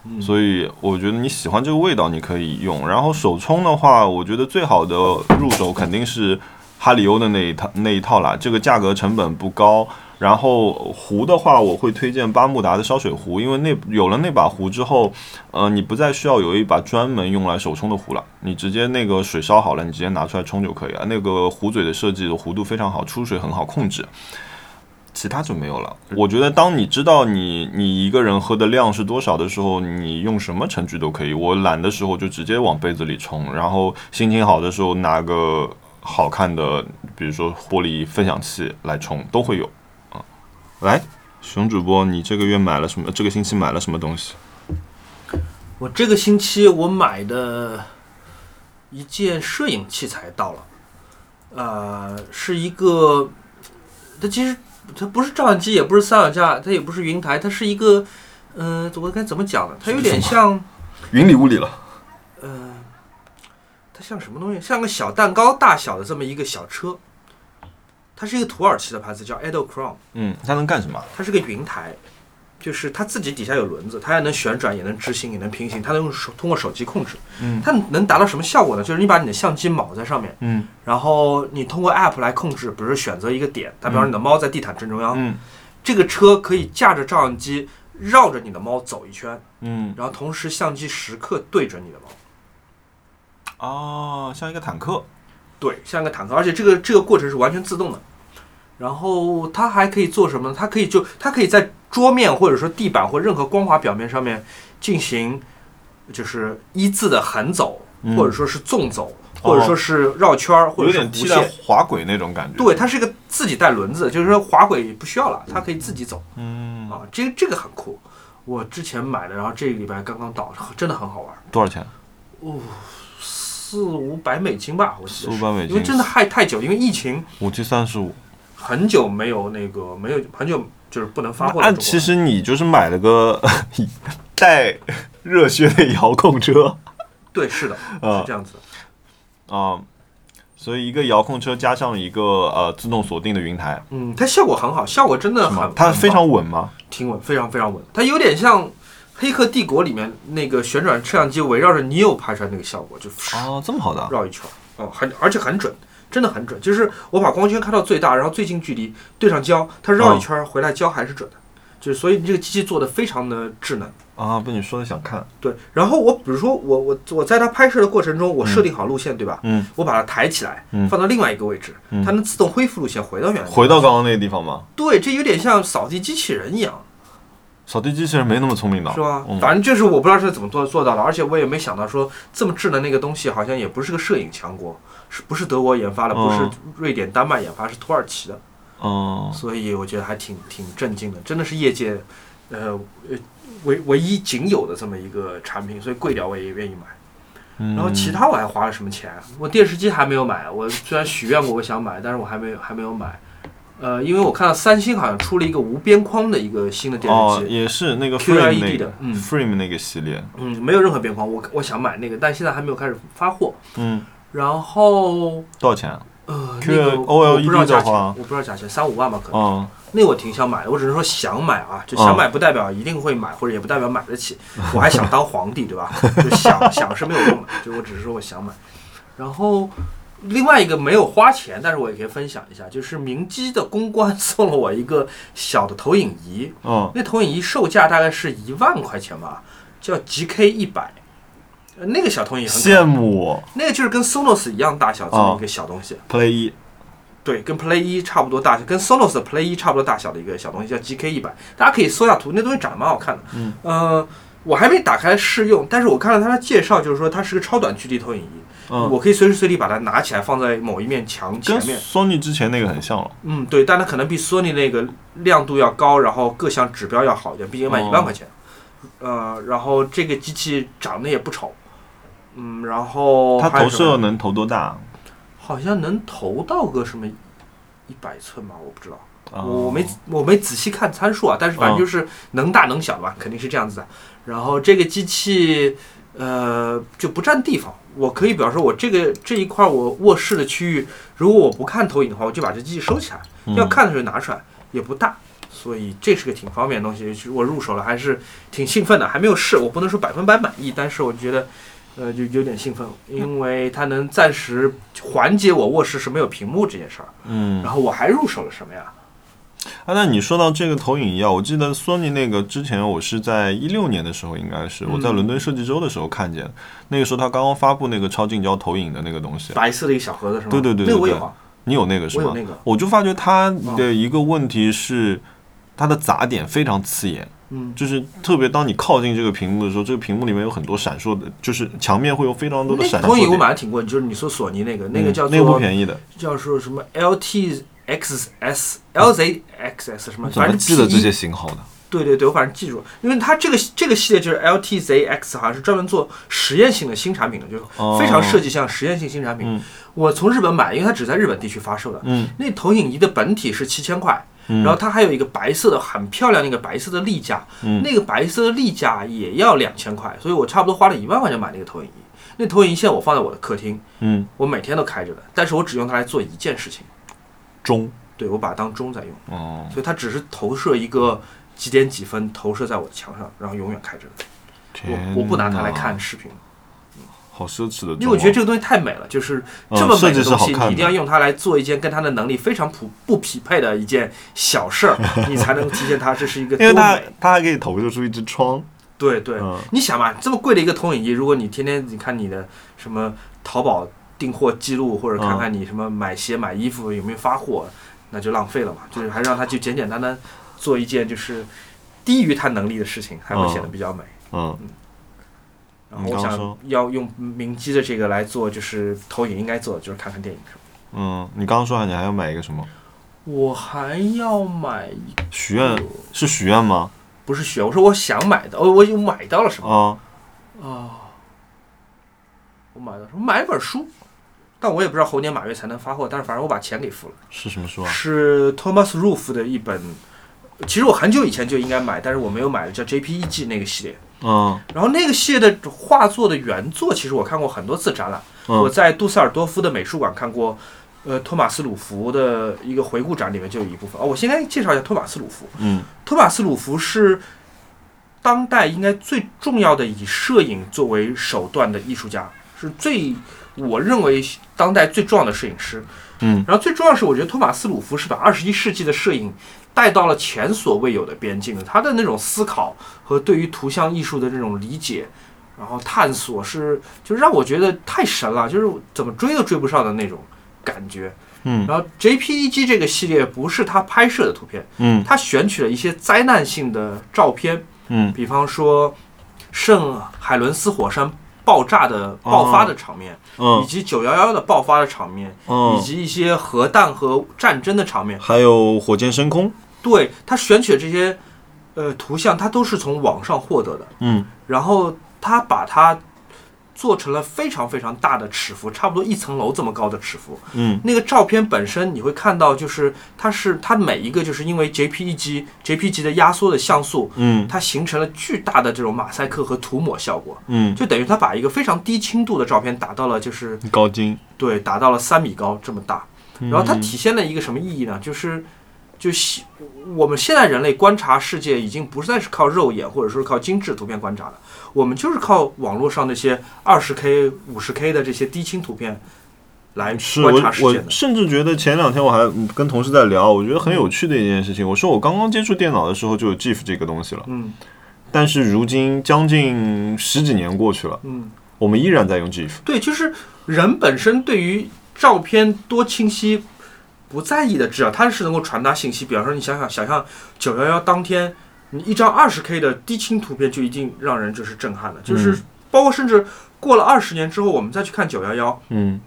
B: 嗯
A: 所以我觉得你喜欢这个味道，你可以用。然后手冲的话，我觉得最好的入手肯定是哈里欧的那一套那一套啦，这个价格成本不高。然后壶的话，我会推荐巴慕达的烧水壶，因为那有了那把壶之后，呃，你不再需要有一把专门用来手冲的壶了，你直接那个水烧好了，你直接拿出来冲就可以了。那个壶嘴的设计的弧度非常好，出水很好控制。其他就没有了。我觉得，当你知道你你一个人喝的量是多少的时候，你用什么程序都可以。我懒的时候就直接往杯子里冲，然后心情好的时候拿个好看的，比如说玻璃分享器来冲，都会有。啊，来，熊主播，你这个月买了什么？这个星期买了什么东西？
B: 我这个星期我买的一件摄影器材到了，呃，是一个，它其实它不是照相机，也不是三脚架，它也不是云台，它是一个，嗯、我该怎么讲呢？它有点像，
A: 云里雾里了。
B: 呃，它像什么东西？像个小蛋糕大小的这么一个小车。它是一个土耳其的牌子，叫 Edo Crown，
A: 嗯，它能干什么？
B: 它是个云台，就是它自己底下有轮子，它还能旋转，也能直行，也能平行，它能用手通过手机控制。
A: 嗯
B: 它能达到什么效果呢？就是你把你的相机铆在上面，
A: 嗯
B: 然后你通过 App 来控制，比如说选择一个点，它比方说你的猫在地毯正中央，
A: 嗯
B: 这个车可以架着照相机绕着你的猫走一圈，
A: 嗯，
B: 然后同时相机时刻对准你的猫，
A: 哦，像一个坦克。
B: 对，像个坦克，而且这个这个过程是完全自动的。然后它还可以做什么呢？它可以就它可以在桌面或者说地板或任何光滑表面上面进行，就是一字的横走，
A: 嗯
B: 或者说是纵走，
A: 哦
B: 或者说是绕圈儿，或
A: 有
B: 者是
A: 点
B: 弧
A: 替代
B: 线。
A: 滑轨那种感觉。
B: 对，，它是一个自己带轮子，就是说滑轨不需要了，它可以自己走。
A: 嗯，
B: 啊，这个这个很酷，我之前买的，然后这个礼拜刚刚到，真的很好玩，
A: 多少钱？
B: 四五百美金吧，我记
A: 四
B: 得
A: 五
B: 是，
A: 百美
B: 因为
A: 金，
B: 真的太太久，因为疫情
A: 五 G 三十五。
B: 很久没有那个没有很久就是不能发货
A: 那
B: 了。中国
A: 其实你就是买了个 带热靴的遥控 车
B: 对，是的，
A: 啊
B: 是这样子的，
A: 啊、所以一个遥控车加上一个呃自动锁定的云台，
B: 嗯，它效果很好，效果真的
A: 是吗
B: 很，？
A: 它
B: 很
A: 非
B: 棒
A: 常稳吗？
B: 挺稳，非常非常稳，它有点像。黑客帝国里面那个旋转摄像机围绕着 Neo 拍出来那个效果，就
A: 啊，这么好的啊，
B: 绕一圈儿，哦，很而且很准，真的很准。就是我把光圈开到最大，然后最近距离对上焦，它绕一圈
A: 哦
B: 儿回来焦还是准的。就是所以这个机器做的非常的智能。
A: 啊！被你说的想看，
B: 对，然后我比如说我我我在它拍摄的过程中，我设定好路线，对吧？
A: 嗯，
B: 我把它抬起来，
A: 嗯
B: 放到另外一个位置，
A: 嗯
B: 它能自动恢复路线，回到原来。
A: 回到刚刚那个地方吗？
B: 对，这有点像扫地机器人一样，
A: 扫地机器人没那么聪明的，
B: 是吧？
A: 嗯
B: 反正就是我不知道是怎么做做到的，而且我也没想到说这么智能的一个东西，好像也不是个摄影强国，是不是德国研发的，不是
A: 嗯
B: 瑞典、丹麦研发，是土耳其的，
A: 嗯，
B: 所以我觉得还挺挺震惊的，真的是业界，呃呃唯唯一仅有的这么一个产品，所以贵点我也愿意买。
A: 然
B: 然后
A: 嗯
B: 其他我还花了什么钱？啊我电视机还没有买，我虽然许愿过我想买，但是我还没有还没有买。呃，因为我看到三星好像出了一个无边框的一个新的电
A: 哦
B: 视机，
A: 也是那个
B: QLED
A: Frame 那
B: 的
A: 个
B: 嗯
A: Frame 那个系列，
B: 嗯，没有任何边框，我我想买那个，但现在还没有开始发货。
A: 嗯，
B: 然后
A: 多少钱？啊
B: 呃，
A: Q-
B: 那个我不知
A: OLED
B: 道
A: E 的
B: 价钱，
A: 话
B: 我不知道价钱，三五万吧可能。
A: 嗯，
B: 那我挺想买的，我只是说想买啊，就想买不代表一定会买，或者也不代表买得起。我还想当皇帝，对吧？就想想是没有用的，就我只是说我想买。然后另外一个没有花钱，但是我也可以分享一下，就是明基的公关 送了我一个小的投影仪，
A: 嗯，
B: 那投影仪售价大概是一万块钱吧，叫 GK 一百，呃那个小投影仪很可
A: 羡
B: 爱，
A: 慕我
B: 那个就是跟 Sonos 一样大小这么一个小东西。
A: Play 一，
B: 对，跟 Play 一差不多大小，跟 Sonos 的 Play 一差不多大小的一个小东西叫 GK 一百，大家可以搜下图，那东西长得蛮好看的。
A: 嗯，
B: 呃，我还没打开试用，但是我看了它的介绍，就是说它是个超短距离投影仪，
A: 嗯，
B: 我可以随时随地把它拿起来放在某一面墙前
A: 跟
B: 面。
A: Sony 之前那个很像了，
B: 嗯，对，但它可能比 Sony 那个亮度要高，然后各项指标要好一点，毕竟卖一万块钱。
A: 哦
B: 呃，然后这个机器长得也不丑，嗯，然后
A: 它
B: 还有
A: 投
B: 什么
A: 射能投多大？
B: 好像能投到个什么一百寸吧，我不知道。
A: 啊嗯
B: 我我没我没仔细看参数啊，但是反正就是能大能小吧，肯定是这样子的。然后这个机器，呃，就不占地方。我可以表示我这个这一块我卧室的区域，如果我不看投影的话，我就把这机器收起来；
A: 嗯
B: 要看的时候拿出来，也不大。所以这是个挺方便的东西，就是我入手了还是挺兴奋的，还没有试，我不能说百分百满意，但是我觉得，呃，就有点兴奋，因为它能暂时缓解我卧室是没有屏幕这件事儿。
A: 嗯，
B: 然后我还入手了什么呀？
A: 啊，那你说到这个投影仪啊，我记得索尼那个之前我是在一六年的时候，应该是我在伦敦设计周的时候看见，那个时候他刚刚发布那个超近焦投影的那个东西，
B: 白色的一个小盒子是吗？
A: 对对对对
B: 那个我
A: 对
B: 有啊，
A: 你有那个是
B: 我
A: 吗？
B: 有那个，
A: 我就发觉它的一个问题是，它的杂点非常刺眼，
B: 嗯，
A: 就是特别当你靠近这个屏幕的时候，这个屏幕里面有很多闪烁的，就是墙面会有非常多的
B: 那
A: 闪
B: 投
A: 烁
B: 影我
A: 点。
B: 买的挺贵，就是你说索尼那个，那个
A: 嗯
B: 叫
A: 那个不
B: 做
A: 便宜的，
B: 叫做什么 LTXS、LZXS 什么，
A: 怎
B: 反
A: 么
B: 正
A: 记得这
B: P
A: 些型号的？
B: 对对对，我反正记住，了，因为它这个这个系列就是 LTZX，好像是专门做实验性的新产品的，就是
A: 哦
B: 非常设计像实验性新产品。
A: 嗯
B: 我从日本买，因为它只在日本地区发售的。
A: 嗯
B: 那投影仪的本体是七千块，然后它还有一个白色的很漂亮那个白色的立架，
A: 嗯
B: 那个白色的立架也要两千块，所以我差不多花了一万块钱买那个投影仪。那投影仪现在我放在我的客厅，
A: 嗯，
B: 我每天都开着的，但是我只用它来做一件事情，
A: 中，
B: 对我把它当钟在用，
A: 哦，
B: 所以它只是投射一个几点几分投射在我的墙上，然后永远开着的。我我不拿它来
A: 天哪
B: 看，视频，
A: 好奢侈的钟啊，
B: 因为我觉得这个东西太美了，就是
A: 嗯
B: 这么美
A: 设计
B: 的
A: 是
B: 东
A: 好
B: 西，
A: 看
B: 你一定要用它来做一件跟它的能力非常不不匹配的一件小事 儿，你才能体现它这是一
A: 因
B: 个多
A: 为它
B: 美。
A: 它还给你投射出一只窗，
B: 对对，
A: 嗯
B: 你想嘛，这么贵的一个投影仪，如果你天天你看你的什么淘宝订货记录，或者看看你什么买鞋买衣服有没有发货，那就浪费了嘛。就是还让它就简简单单做一件就是低于它能力的事情，还会显得比较美。
A: 嗯
B: 然后我
A: 你刚说
B: 想要用明基的这个来做，就是投影应该做的，就是看看电影什么的。
A: 嗯，你刚刚说你还要买一个什么？
B: 我还要买一个，
A: 许愿是许愿吗？
B: 不是雪，我说我想买的，哦，我已经买到了什么？
A: 啊，
B: 哦，我买到什么？买了本书，但我也不知道猴年马月才能发货，但是反正我把钱给付了。
A: 是什么书啊？
B: 是 Thomas Roof 的一本，其实我很久以前就应该买，但是我没有买，叫 JPEG 那个系列。
A: 嗯
B: 然后那个系列的画作的原作，其实我看过很多次展览。我
A: 嗯
B: 在杜塞尔多夫的美术馆看过，呃，托马斯鲁弗的一个回顾展里面就有一部分。哦，我先来介绍一下托马斯鲁弗。
A: 嗯
B: 托马斯鲁弗是当代应该最重要的以摄影作为手段的艺术家，是最我认为当代最重要的摄影师。
A: 嗯
B: 然后最重要的是，我觉得托马斯鲁弗是把二十一世纪的摄影带到了前所未有的边境的。他的那种思考和对于图像艺术的这种理解，然后探索是，就让我觉得太神了，就是怎么追都追不上的那种感觉。
A: 嗯
B: 然后 JPEG 这个系列不是他拍摄的图片，
A: 嗯
B: 他选取了一些灾难性的照片，
A: 嗯
B: 比方说圣海伦斯火山爆炸的爆发的场面，以
A: 哦嗯
B: 及九幺幺的爆发的场面，以
A: 嗯，
B: 及一些核弹和战争的场面。
A: 还有火箭升空，
B: 对他选取的这些呃图像，他都是从网上获得的，
A: 嗯
B: 然后他把它做成了非常非常大的尺幅，差不多一层楼这么高的尺幅。
A: 嗯
B: 那个照片本身你会看到，就是它是它每一个就是因为 E JPEG JPEG 的压缩的像素，
A: 嗯
B: 它形成了巨大的这种马赛克和涂抹效果，
A: 嗯，
B: 就等于它把一个非常低清度的照片打到了就是
A: 高精，
B: 对达到了三米高这么大，
A: 然
B: 然后它体现了一个什么意义呢？就是就西我们现在人类观察世界已经不再是靠肉眼或者说是靠精致图片观察了，我们就是靠网络上那些二十 K、五十 K 的这些低清图片来
A: 是
B: 观
A: 我
B: 察世界的
A: 我。甚至觉得前两天我还嗯跟同事在聊，我觉得很有趣的一件事情。我说我刚刚接触电脑的时候就有 GIF 这个东西了，
B: 嗯
A: 但是如今将近十几年过去了，
B: 嗯。
A: 我们依然在用 GIF。
B: 对，就是人本身对于照片多清晰不在意的，只要它是能够传达信息。比方说，你想想，想象九幺幺当天，你一张二十 K 的低清图片就一定让人就是震撼了，就是包括甚至过了二十年之后，我们再去看九幺幺，
A: 嗯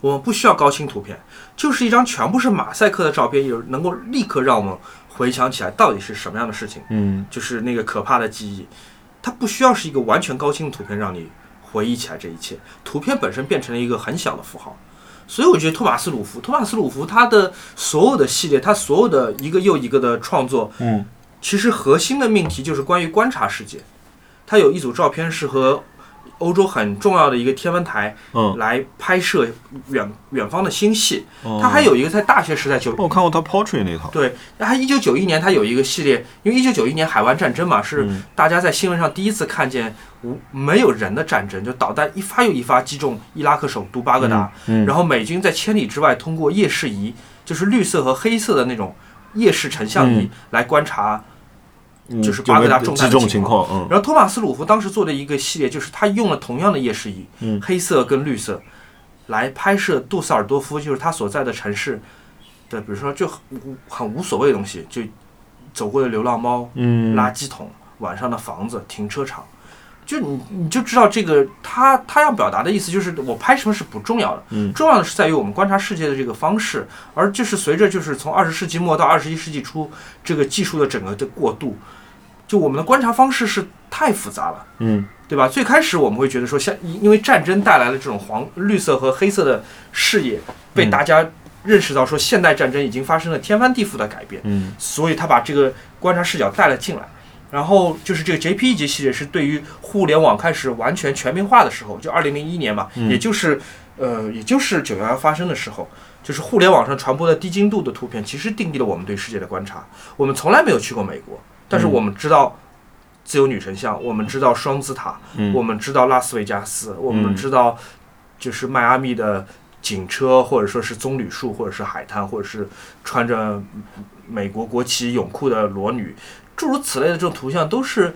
B: 我们不需要高清图片，就是一张全部是马赛克的照片，有能够立刻让我们回想起来到底是什么样的事情。
A: 嗯
B: 就是那个可怕的记忆，它不需要是一个完全高清的图片让你回忆起来这一切，图片本身变成了一个很小的符号。所以我觉得托马斯鲁弗，托马斯鲁弗他的所有的系列，他所有的一个又一个的创作，
A: 嗯
B: 其实核心的命题就是关于观察世界。他有一组照片是和欧洲很重要的一个天文台
A: 嗯，
B: 来拍摄远远方的星系，
A: 嗯
B: 他还有一个在大学时代就
A: 我看过他 Portrait 那套，
B: 对，那他一九九一年他有一个系列，因为一九九一年海湾战争嘛，是
A: 嗯
B: 大家在新闻上第一次看见无没有人的战争，就导弹一发又一发击中伊拉克首都巴格达，
A: 嗯
B: 然后美军在千里之外通过夜视仪，就是绿色和黑色的那种夜视成像仪
A: 嗯
B: 来观察。
A: 嗯
B: 就是巴格达
A: 有
B: 中
A: 没有
B: 弹
A: 击中
B: 的情
A: 情况，嗯
B: 然后托马斯鲁弗当时做的一个系列，就是他用了同样的夜视仪，
A: 嗯
B: 黑色跟绿色，来拍摄杜塞尔多夫，就是他所在的城市的，比如说就很无很无所谓的东西，就走过的流浪猫、
A: 嗯
B: 垃圾桶、晚上的房子、停车场，就你你就知道这个他他要表达的意思就是我拍什么是不重要的，
A: 嗯
B: 重要的是在于我们观察世界的这个方式，而就是随着就是从二十世纪末到二十一世纪初这个技术的整个的过渡，就我们的观察方式是太复杂了。
A: 嗯
B: 对吧？最开始我们会觉得说，像因因为战争带来了这种黄、绿色和黑色的视野被
A: 嗯
B: 大家认识到说现代战争已经发生了天翻地覆的改变，
A: 嗯
B: 所以他把这个观察视角带了进来。然后就是这个 JP 级系列是对于互联网开始完全全民化的时候，就二零零一年嘛，
A: 嗯
B: 也就是呃，也就是九幺幺发生的时候，就是互联网上传播的低精度的图片，其实定义了我们对世界的观察。我们从来没有去过美国，但是
A: 嗯
B: 我们知道自由女神像，我们知道双子塔，
A: 嗯，
B: 我们知道拉斯维加斯，我们
A: 嗯
B: 知道就是迈阿密的警车，或者说是棕榈树，或者是海滩，或者是穿着美国国旗泳裤的裸女，诸如此类的这种图像都是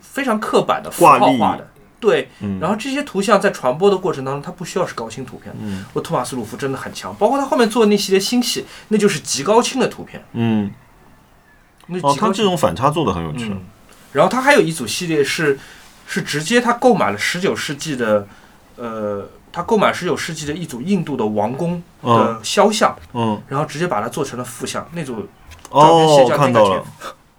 B: 非常刻板的符
A: 挂
B: 号
A: 历
B: 化的。对，
A: 嗯
B: 然后这些图像在传播的过程当中，它不需要是高清图片。
A: 嗯
B: 我托马斯·鲁夫真的很强，包括他后面做的那系列新戏，那就是极高清的图片。
A: 嗯，
B: 那
A: 哦，
B: 极
A: 他
B: 高
A: 这
B: 清
A: 种反差做的很有趣，
B: 嗯，然后他还有一组系列是是直接他购买了十九世纪的，呃，他购买十九世纪的一组印度的王宫
A: 嗯
B: 的肖像，
A: 嗯，
B: 然后直接把它做成了副像，那组片
A: 哦
B: 卸，掉
A: 看
B: 那
A: 到
B: 个
A: 了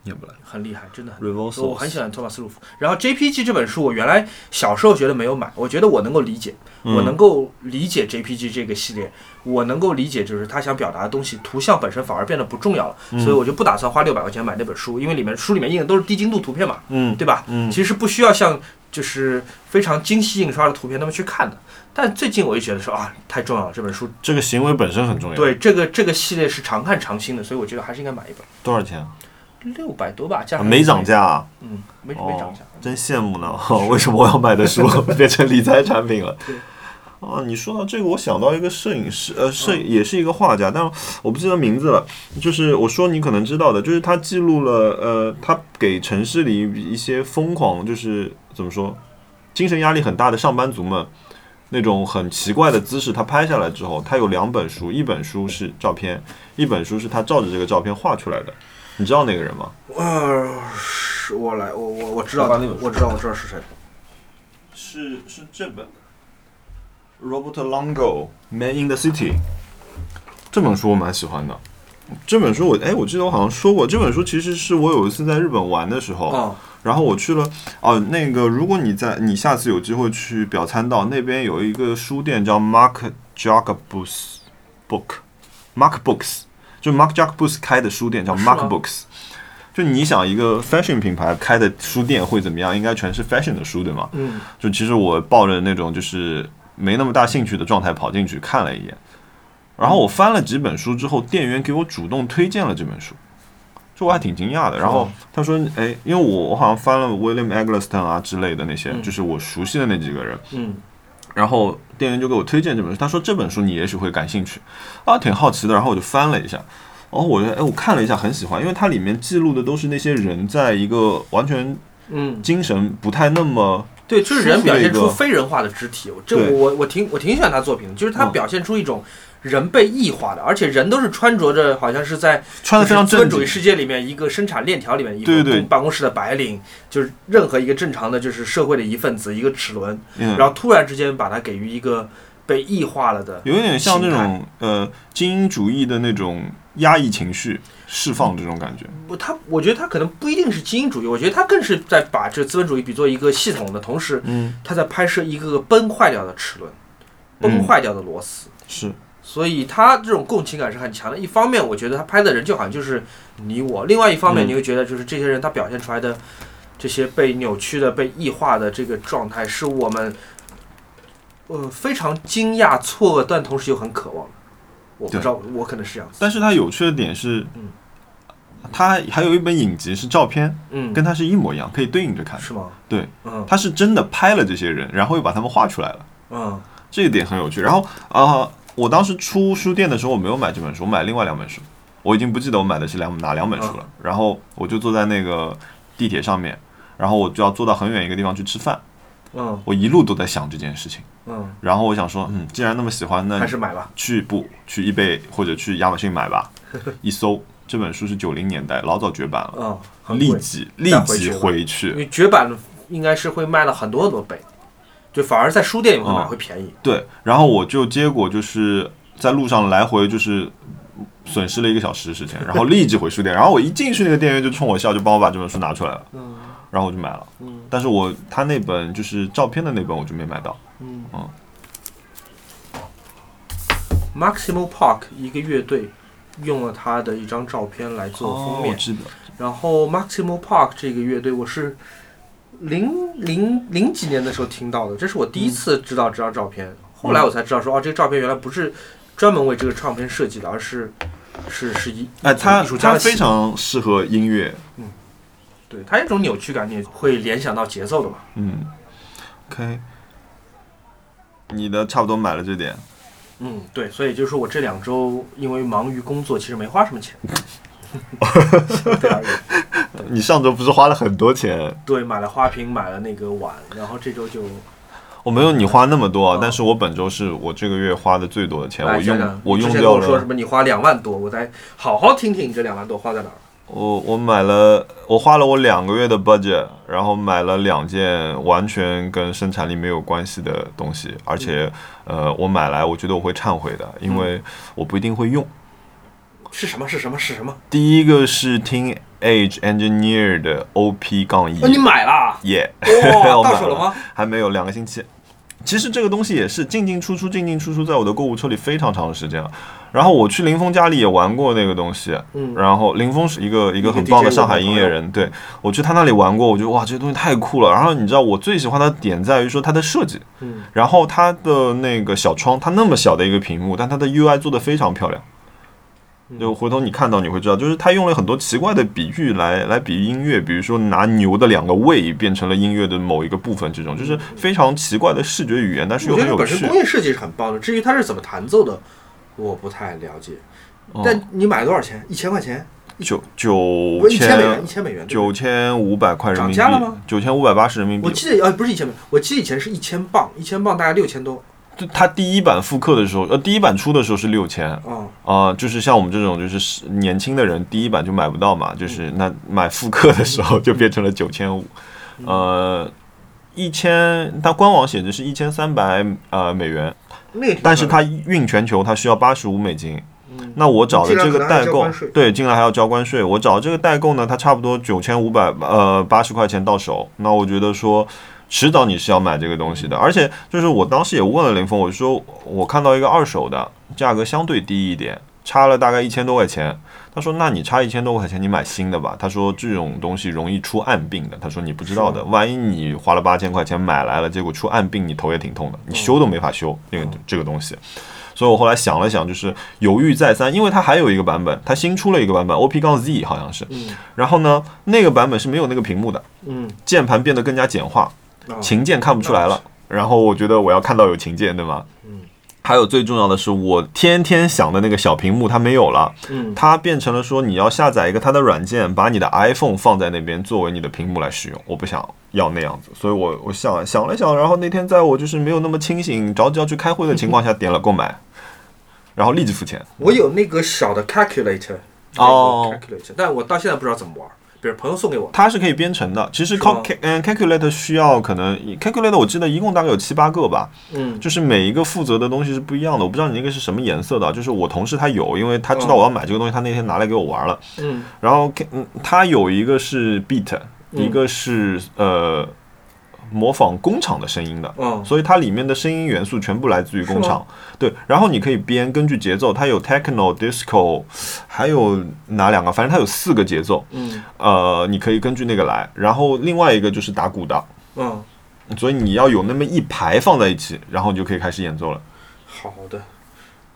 C: 念不来。
B: 很厉害，真的很。
A: ，reversal，
B: 我很喜欢托马斯·鲁夫。然后 JPG 这本书，我原来小时候觉得没有买，我觉得我能够理解，我能够理解 JPG 这个系列，我能够理解就是他想表达的东西，图像本身反而变得不重要了，
A: 嗯
B: 所以我就不打算花六百块钱买那本书，因为里面书里面印的都是低精度图片嘛，
A: 嗯，
B: 对吧？
A: 嗯，
B: 其实不需要像就是非常精细印刷的图片那么去看的。但最近我就觉得说啊，太重要了，这本书
A: 这个行为本身很重要。，
B: 对这个这个系列是常看常新的，所以我觉得还是应该买一本，
A: 多少钱啊？
B: 六百多吧，价格
A: 没涨，价啊，
B: 嗯，没
A: 哦
B: 没涨价。
A: 真羡慕呢。 为什么我要买的 书变成理财产品了
B: 对？
A: 啊，你说到这个，我想到一个摄影师，呃，摄
B: 嗯
A: 也是一个画家，但我不记得名字了。就是我说你可能知道的，就是他记录了，呃，他给城市里一些疯狂，就是怎么说，精神压力很大的上班族们，那种很奇怪的姿势，他拍下来之后，他有两本书，一本书是照片，一本书是他照着这个照片画出来的。你知道那个人吗？
B: 呃，是我来，我我我知道
C: 我把那本，书
B: 我知道我知道是谁。
A: 是是这本，Robert Longo《Man in the City》这本书我蛮喜欢的。这本书我哎，我记得我好像说过，这本书其实是我有一次在日本玩的时候，
B: 哦，
A: 然后我去了哦、那个如果你在你下次有机会去表参道那边有一个书店叫 Mark Jacobus Book，Mark Books，就 Mark Jacobus 开的书店叫
B: 啊是吗
A: Mark Books。就你想一个 fashion 品牌开的书店会怎么样？应该全是 fashion 的书，对吗？
B: 嗯，
A: 就其实我抱着那种就是没那么大兴趣的状态跑进去看了一眼，然后我翻了几本书之后，店员给我主动推荐了这本书，这我还挺惊讶的。然后他说：“哎，因为我我好像翻了 William Eggleston 啊之类的那些，
B: 嗯
A: 就是我熟悉的那几个人。”
B: 嗯，
A: 然后店员就给我推荐这本书，他说这本书你也许会感兴趣，啊，挺好奇的。然后我就翻了一下，哦，我就哎，我看了一下，很喜欢，因为它里面记录的都是那些人在一个完全
B: 嗯，
A: 精神不太那么
B: 对，就是人
A: 舒服的
B: 表现
A: 一个
B: 出非人化的肢体，我这
A: 对
B: 我我我挺我挺喜欢他作品的，就是他
A: 嗯
B: 表现出一种人被异化的，而且人都是穿着着好像是在
A: 穿的非常
B: 就是资本
A: 正
B: 主义
A: 经，
B: 世界里面一个生产链条里面一个
A: 对对对
B: 办公室的白领，就是任何一个正常的就是社会的一份子一个齿轮，
A: 嗯，
B: 然后突然之间把它给予一个被异化了的，
A: 有一点像那种呃精英主义的那种压抑情绪释放这种感觉。
B: 不，他我觉得他可能不一定是精英主义，我觉得他更是在把这资本主义比作一个系统的同时，
A: 嗯，
B: 他在拍摄一个个崩坏掉的齿轮，崩
A: 嗯
B: 坏掉的螺丝。
A: 是，
B: 所以他这种共情感是很强的。一方面，我觉得他拍的人就好像就是你我；另外一方面，
A: 嗯
B: 你会觉得就是这些人他表现出来的这些被扭曲的、被异化的这个状态，是我们呃非常惊讶、错愕，但同时又很渴望的。我不
A: 对
B: 知道，我可能是这样子。
A: 但是它有趣的点是
B: 嗯，
A: 它还有一本影集是照片，
B: 嗯，
A: 跟它是一模一样，可以对应着看。
B: 是吗？
A: 对，
B: 嗯
A: 它是真的拍了这些人，然后又把他们画出来了，
B: 嗯
A: 这一点很有趣。然后啊、呃我当时出书店的时候，我没有买这本书，我买另外两本书。我已经不记得我买的是两哪两本书
B: 嗯
A: 了。然后我就坐在那个地铁上面，然后我就要坐到很远一个地方去吃饭。
B: 嗯
A: 我一路都在想这件事情。
B: 嗯，
A: 然后我想说，嗯，既然那么喜欢，那
B: 还是买吧。
A: 去不去 eBay 或者去亚马逊买 吧。一搜这本书是九零年代，老早绝版了，
B: 嗯，很
A: 立
B: 贵
A: 即立
B: 再回
A: 即
B: 去嗯吧
A: 回
B: 因
A: 去。
B: 为绝版应该是会卖了很多很多倍，就反而在书店里面买
A: 嗯
B: 会便宜。
A: 对，然后我就结果就是在路上来回就是损失了一个小时时间，然后立即回书店。然后我一进去，那个店员就冲我笑，就帮我把这本书拿出来了，
B: 嗯
A: 然后我就买了。
B: 嗯
A: 但是我他那本就是照片的那本我就没买到。
B: 嗯
A: 嗯
B: Maximo Park 一个乐队用了他的一张照片来做封
A: 我
B: 面。
A: 记得，
B: 然后 Maximo Park 这个乐队，我是零零零几年的时候听到的，这是我第一次知道这张照片。后来我才知道说，哦，这个照片原来不是专门为这个唱片设计的，而是是是一
A: 哎，他
B: 艺术家
A: 他
B: 的
A: 非常适合音乐，
B: 对它有一种扭曲感，你也会联想到节奏的嘛。
A: 嗯，OK，你的差不多买了这点，
B: 嗯，对，所以就是说我这两周因为忙于工作，其实没花什么钱。对而已
A: 你上周不是花了很多钱？
B: 对，买了花瓶，买了那个碗，然后这周就
A: 我没有你花那么多啊
B: 嗯，
A: 但是我本周是我这个月花的最多的钱，
B: 来
A: 哎我
B: 讲讲
A: 用我
B: 哎你
A: 用
B: 之前跟
A: 掉
B: 我说什
A: 了，
B: 么？你花两万多，我再好好听听你这两万多花在哪儿。
A: 我我买了，我花了我两个月的 budget，然后买了两件完全跟生产力没有关系的东西，而且
B: 嗯
A: 呃，我买来我觉得我会忏悔的，因为我不一定会用。
B: 是什么？是什么？是什么？
A: 第一个是听 Age Engineer 的 OP 杠一
B: 哦，，你买 了？
A: 耶，
B: 哇，
A: 我买
B: 哦到手了吗？
A: 还没有两个星期。其实这个东西也是进进出出、进进出出，在我的购物车里非常长的时间了。然后我去林峰家里也玩过那个东西，
B: 嗯
A: 然后林峰是一个一个
B: 一个
A: 很
B: DJ
A: 棒的
B: 我
A: 上海
B: 的朋
A: 音乐
B: 友
A: 人，对我去他那里玩过，我觉得哇，这个东西太酷了。然后你知道我最喜欢它的点在于说它的设计，
B: 嗯，
A: 然后它的那个小窗，它那么小的一个屏幕，但它的 UI 做的非常漂亮。
B: 嗯
A: 就回头你看到你会知道，就是他用了很多奇怪的比喻来来比喻音乐，比如说拿牛的两个胃变成了音乐的某一个部分，这种就是非常奇怪的视觉语言，但是
B: 我
A: 又
B: 觉
A: 很
B: 得
A: 有
B: 嗯本身
A: 趣
B: 工。业设计是很棒的，至于它是怎么弹奏的，我不太了解。
A: 哦
B: 但你买了多少钱？一千块钱？
A: 九九
B: 不，一千美元，
A: 千
B: 一千美元。对吧
A: 九千五百块人民币
B: 涨价了吗，
A: 九千五百八十人民
B: 我
A: 币。
B: 记得啊，不是一千美元，我记得以前是一千磅，一千磅大概六千多。
A: 就它第一版复刻的时候，呃，第一版出的时候是六千。
B: 嗯，
A: 啊、就是像我们这种就是年轻的人，第一版就买不到嘛，就是那买复刻的时候就变成了九千五，呃，一千，它官网写着是一千三百呃美元，
B: 那个挺
A: 但是
B: 漂亮
A: 它运全球它需要八十五美金。
B: 嗯
A: 那我找的这个代
B: 进来可能还要交
A: 购
B: 关税，
A: 对，进来还要交关税。我找的这个代购呢，它差不多九千五百呃八十块钱到手。那我觉得说，迟早你是要买这个东西的。而且就是我当时也问了林峰，我说我看到一个二手的，价格相对低一点，差了大概一千多块钱。他说：“那你差一千多块钱，你买新的吧。”他说：“这种东西容易出暗病的。”他说：“你不知道的，万一你花了八千块钱买来了，结果出暗病，你头也挺痛的，你修都没法修那
B: 哦
A: 个这个东西。”所以我后来想了想，就是犹豫再三，因为它还有一个版本，它新出了一个版本，OP 杠 Z 好像是。
B: 嗯
A: 然后呢，那个版本是没有那个屏幕的，
B: 嗯，
A: 键盘变得更加简化，
B: 啊
A: 琴键看不出来了。然后我觉得我要看到有琴键，对吗？
B: 嗯。
A: 还有最重要的是，我天天想的那个小屏幕它没有了，
B: 嗯
A: 它变成了说你要下载一个它的软件，把你的 iPhone 放在那边作为你的屏幕来使用。我不想要那样子，所以我我想想了想，然后那天在我就是没有那么清醒、着急要去开会的情况下点了购买， 然后立即付钱。
B: 我有那个小的 calculator，
A: 哦
B: 那个，calculator，但我到现在不知道怎么玩儿，比如朋友送给我的，
A: 它是可以编程的，其实
B: 是吗
A: cal 嗯 calculator 需要可能 calculator 我记得一共大概有七八个吧，
B: 嗯，
A: 就是每一个负责的东西是不一样的。我不知道你那个是什么颜色的啊，就是我同事他有，因为他知道我要买这个东西，他那天拿来给我玩了。
B: 嗯
A: 然后 K- 嗯，它有一个是 beat，
B: 嗯
A: 一个是呃模仿工厂的声音的。
B: 嗯
A: 所以它里面的声音元素全部来自于工
B: 是
A: 厂，对。然后你可以编，根据节奏，它有 techno、disco，还有哪两个？反正它有四个节奏，
B: 嗯
A: 呃，你可以根据那个来。然后另外一个就是打鼓的，
B: 嗯，
A: 所以你要有那么一排放在一起，然后你就可以开始演奏了。
B: 好的，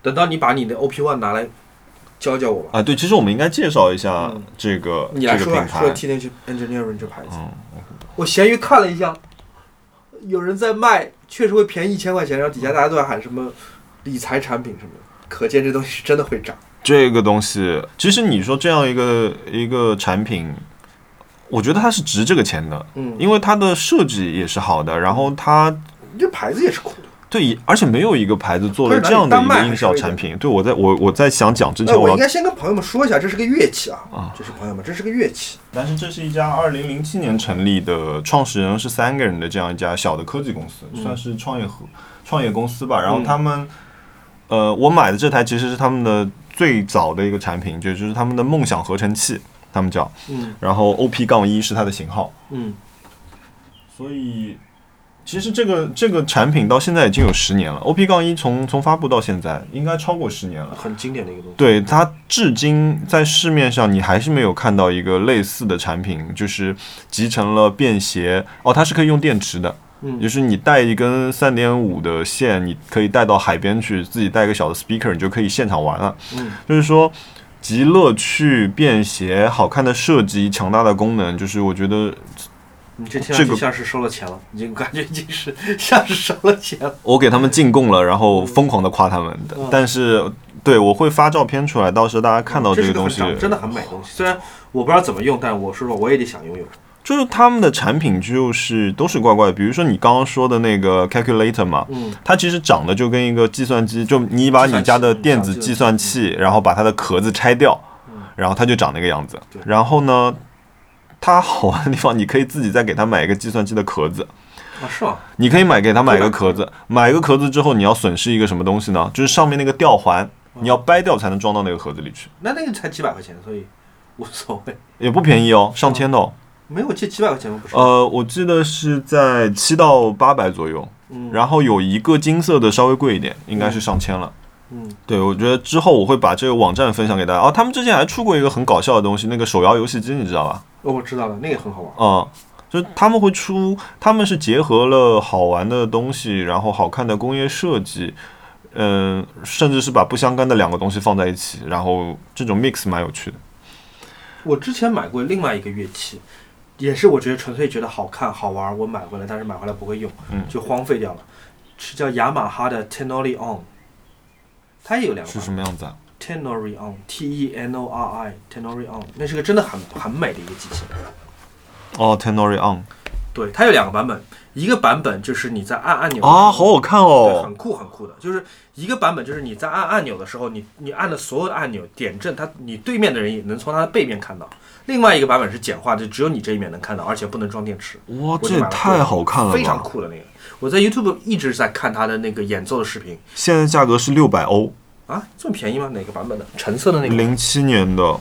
B: 等到你把你的 OP One 拿来教教我吧。
A: 啊，对，其实我们应该介绍一下
B: 嗯
A: 这个、
B: 你
A: 这
B: 来
A: 个
B: 说吧啊
A: 品，
B: 说
A: 牌。
B: Teenage Engineering 这牌子，
A: 嗯
B: 我闲鱼看了一下，有人在卖，确实会便宜一千块钱，然后底下大家都在喊什么理财产品什么的，可见这东西是真的会涨。
A: 这个东西，其实你说这样一个一个产品，我觉得它是值这个钱的，
B: 嗯，
A: 因为它的设计也是好的，然后它
B: 这牌子也是酷的。
A: 对，而且没有一个牌子做了这样的一个音效产品。对我在我我在想讲之
B: 那
A: 前，
B: 哎我
A: 要
B: 应该先跟朋友们说一下，这是个乐器啊，
A: 啊
B: 这是朋友们，这是个乐器。
A: 但是这是一家二零零七年成立的，创始人是三个人的这样一家小的科技公司，
B: 嗯
A: 算是创业合创业公司吧。然后
B: 嗯
A: 他们，呃，我买的这台其实是他们的最早的一个产品，就就是他们的梦想合成器，他们叫。
B: 嗯
A: 然后 OP 杠一是它的型号，
B: 嗯
A: 所以。其实这个这个产品到现在已经有十年了，OP 杠一从从发布到现在应该超过十年了。
B: 很经典的一个东西。
A: 对它至今在市面上，你还是没有看到一个类似的产品，就是集成了便携哦，它是可以用电池的，
B: 嗯
A: 就是你带一根三点五的线，你可以带到海边去，自己带一个小的 speaker，你就可以现场玩了。
B: 嗯，
A: 就是说集乐趣、便携、好看的设计、强大的功能，就是我觉得
B: 你这听
A: 这
B: 上去
A: 个
B: 像是收了钱了，已经感觉已经是像是收了钱了。
A: 我给他们进贡了，然后疯狂的夸他们的
B: 嗯。
A: 但是对我会发照片出来，到时候大家看到
B: 这
A: 这个
B: 是个
A: 东
B: 很
A: 西，
B: 长真的很美的东西。虽然我不知道怎么用，但我说实话，我也得想拥有。
A: 就是他们的产品就是都是怪怪的。比如说你刚刚说的那个 calculator 嘛，
B: 嗯，
A: 它其实长得就跟一个计算机，就你把你家的电子计算器，然后把它的壳子拆掉
B: 嗯，
A: 然后它就长那个样子
B: 对。
A: 然后呢，它好玩的地方，你可以自己再给它买一个计算机的壳子。
B: 啊，是吗？
A: 你可以买给它买一个壳子，买一个壳子之后，你要损失一个什么东西呢？就是上面那个吊环，你要掰掉才能装到那个盒子里去，
B: 那那个才几百块钱，所以无所谓。
A: 也不便宜哦，上千的、哦。
B: 没有，我记得几百块钱我不是。
A: 呃，我记得是在七到八百左右，
B: 嗯
A: 然后有一个金色的稍微贵一点，应该是上千了。
B: 嗯，
A: 对，我觉得之后我会把这个网站分享给大家。哦，他们之前还出过一个很搞笑的东西，那个手摇游戏机，你知道吧？
B: 哦，我知道了，那个很好玩。
A: 嗯，就是他们会出，他们是结合了好玩的东西，然后好看的工业设计，嗯、甚至是把不相干的两个东西放在一起，然后这种 mix 蛮有趣的。
B: 我之前买过另外一个乐器，也是我觉得纯粹觉得好看好玩，我买回来，但是买回来不会用，
A: 嗯
B: 就荒废掉了。是叫雅马哈的 Tenori On，它也有两个
A: 是什么样子啊？
B: Tenori On T E N O R I Tenori On，那是个真的很很美的一个机器。
A: 哦，Tenori On
B: 对，它有两个版本，一个版本就是你在按按钮的时候
A: 啊，好好看
B: 对，
A: 哦
B: 很。酷很酷的，就是一个版本，就是你在按按钮的时候，你你按的所有的按钮点阵，它你对面的人也能从它的背面看到。另外一个版本是简化，就只有你这一面能看到，而且不能装电池，
A: 哇，
B: 就
A: 这也
B: 买了
A: 太好看了
B: 非常
A: 吧！
B: 酷的那个。我在 YouTube 一直在看它的那个演奏的视频
A: 现在价格是六百欧，
B: 啊，这么便宜吗？哪个版本的？橙色的那个，
A: 零七年的，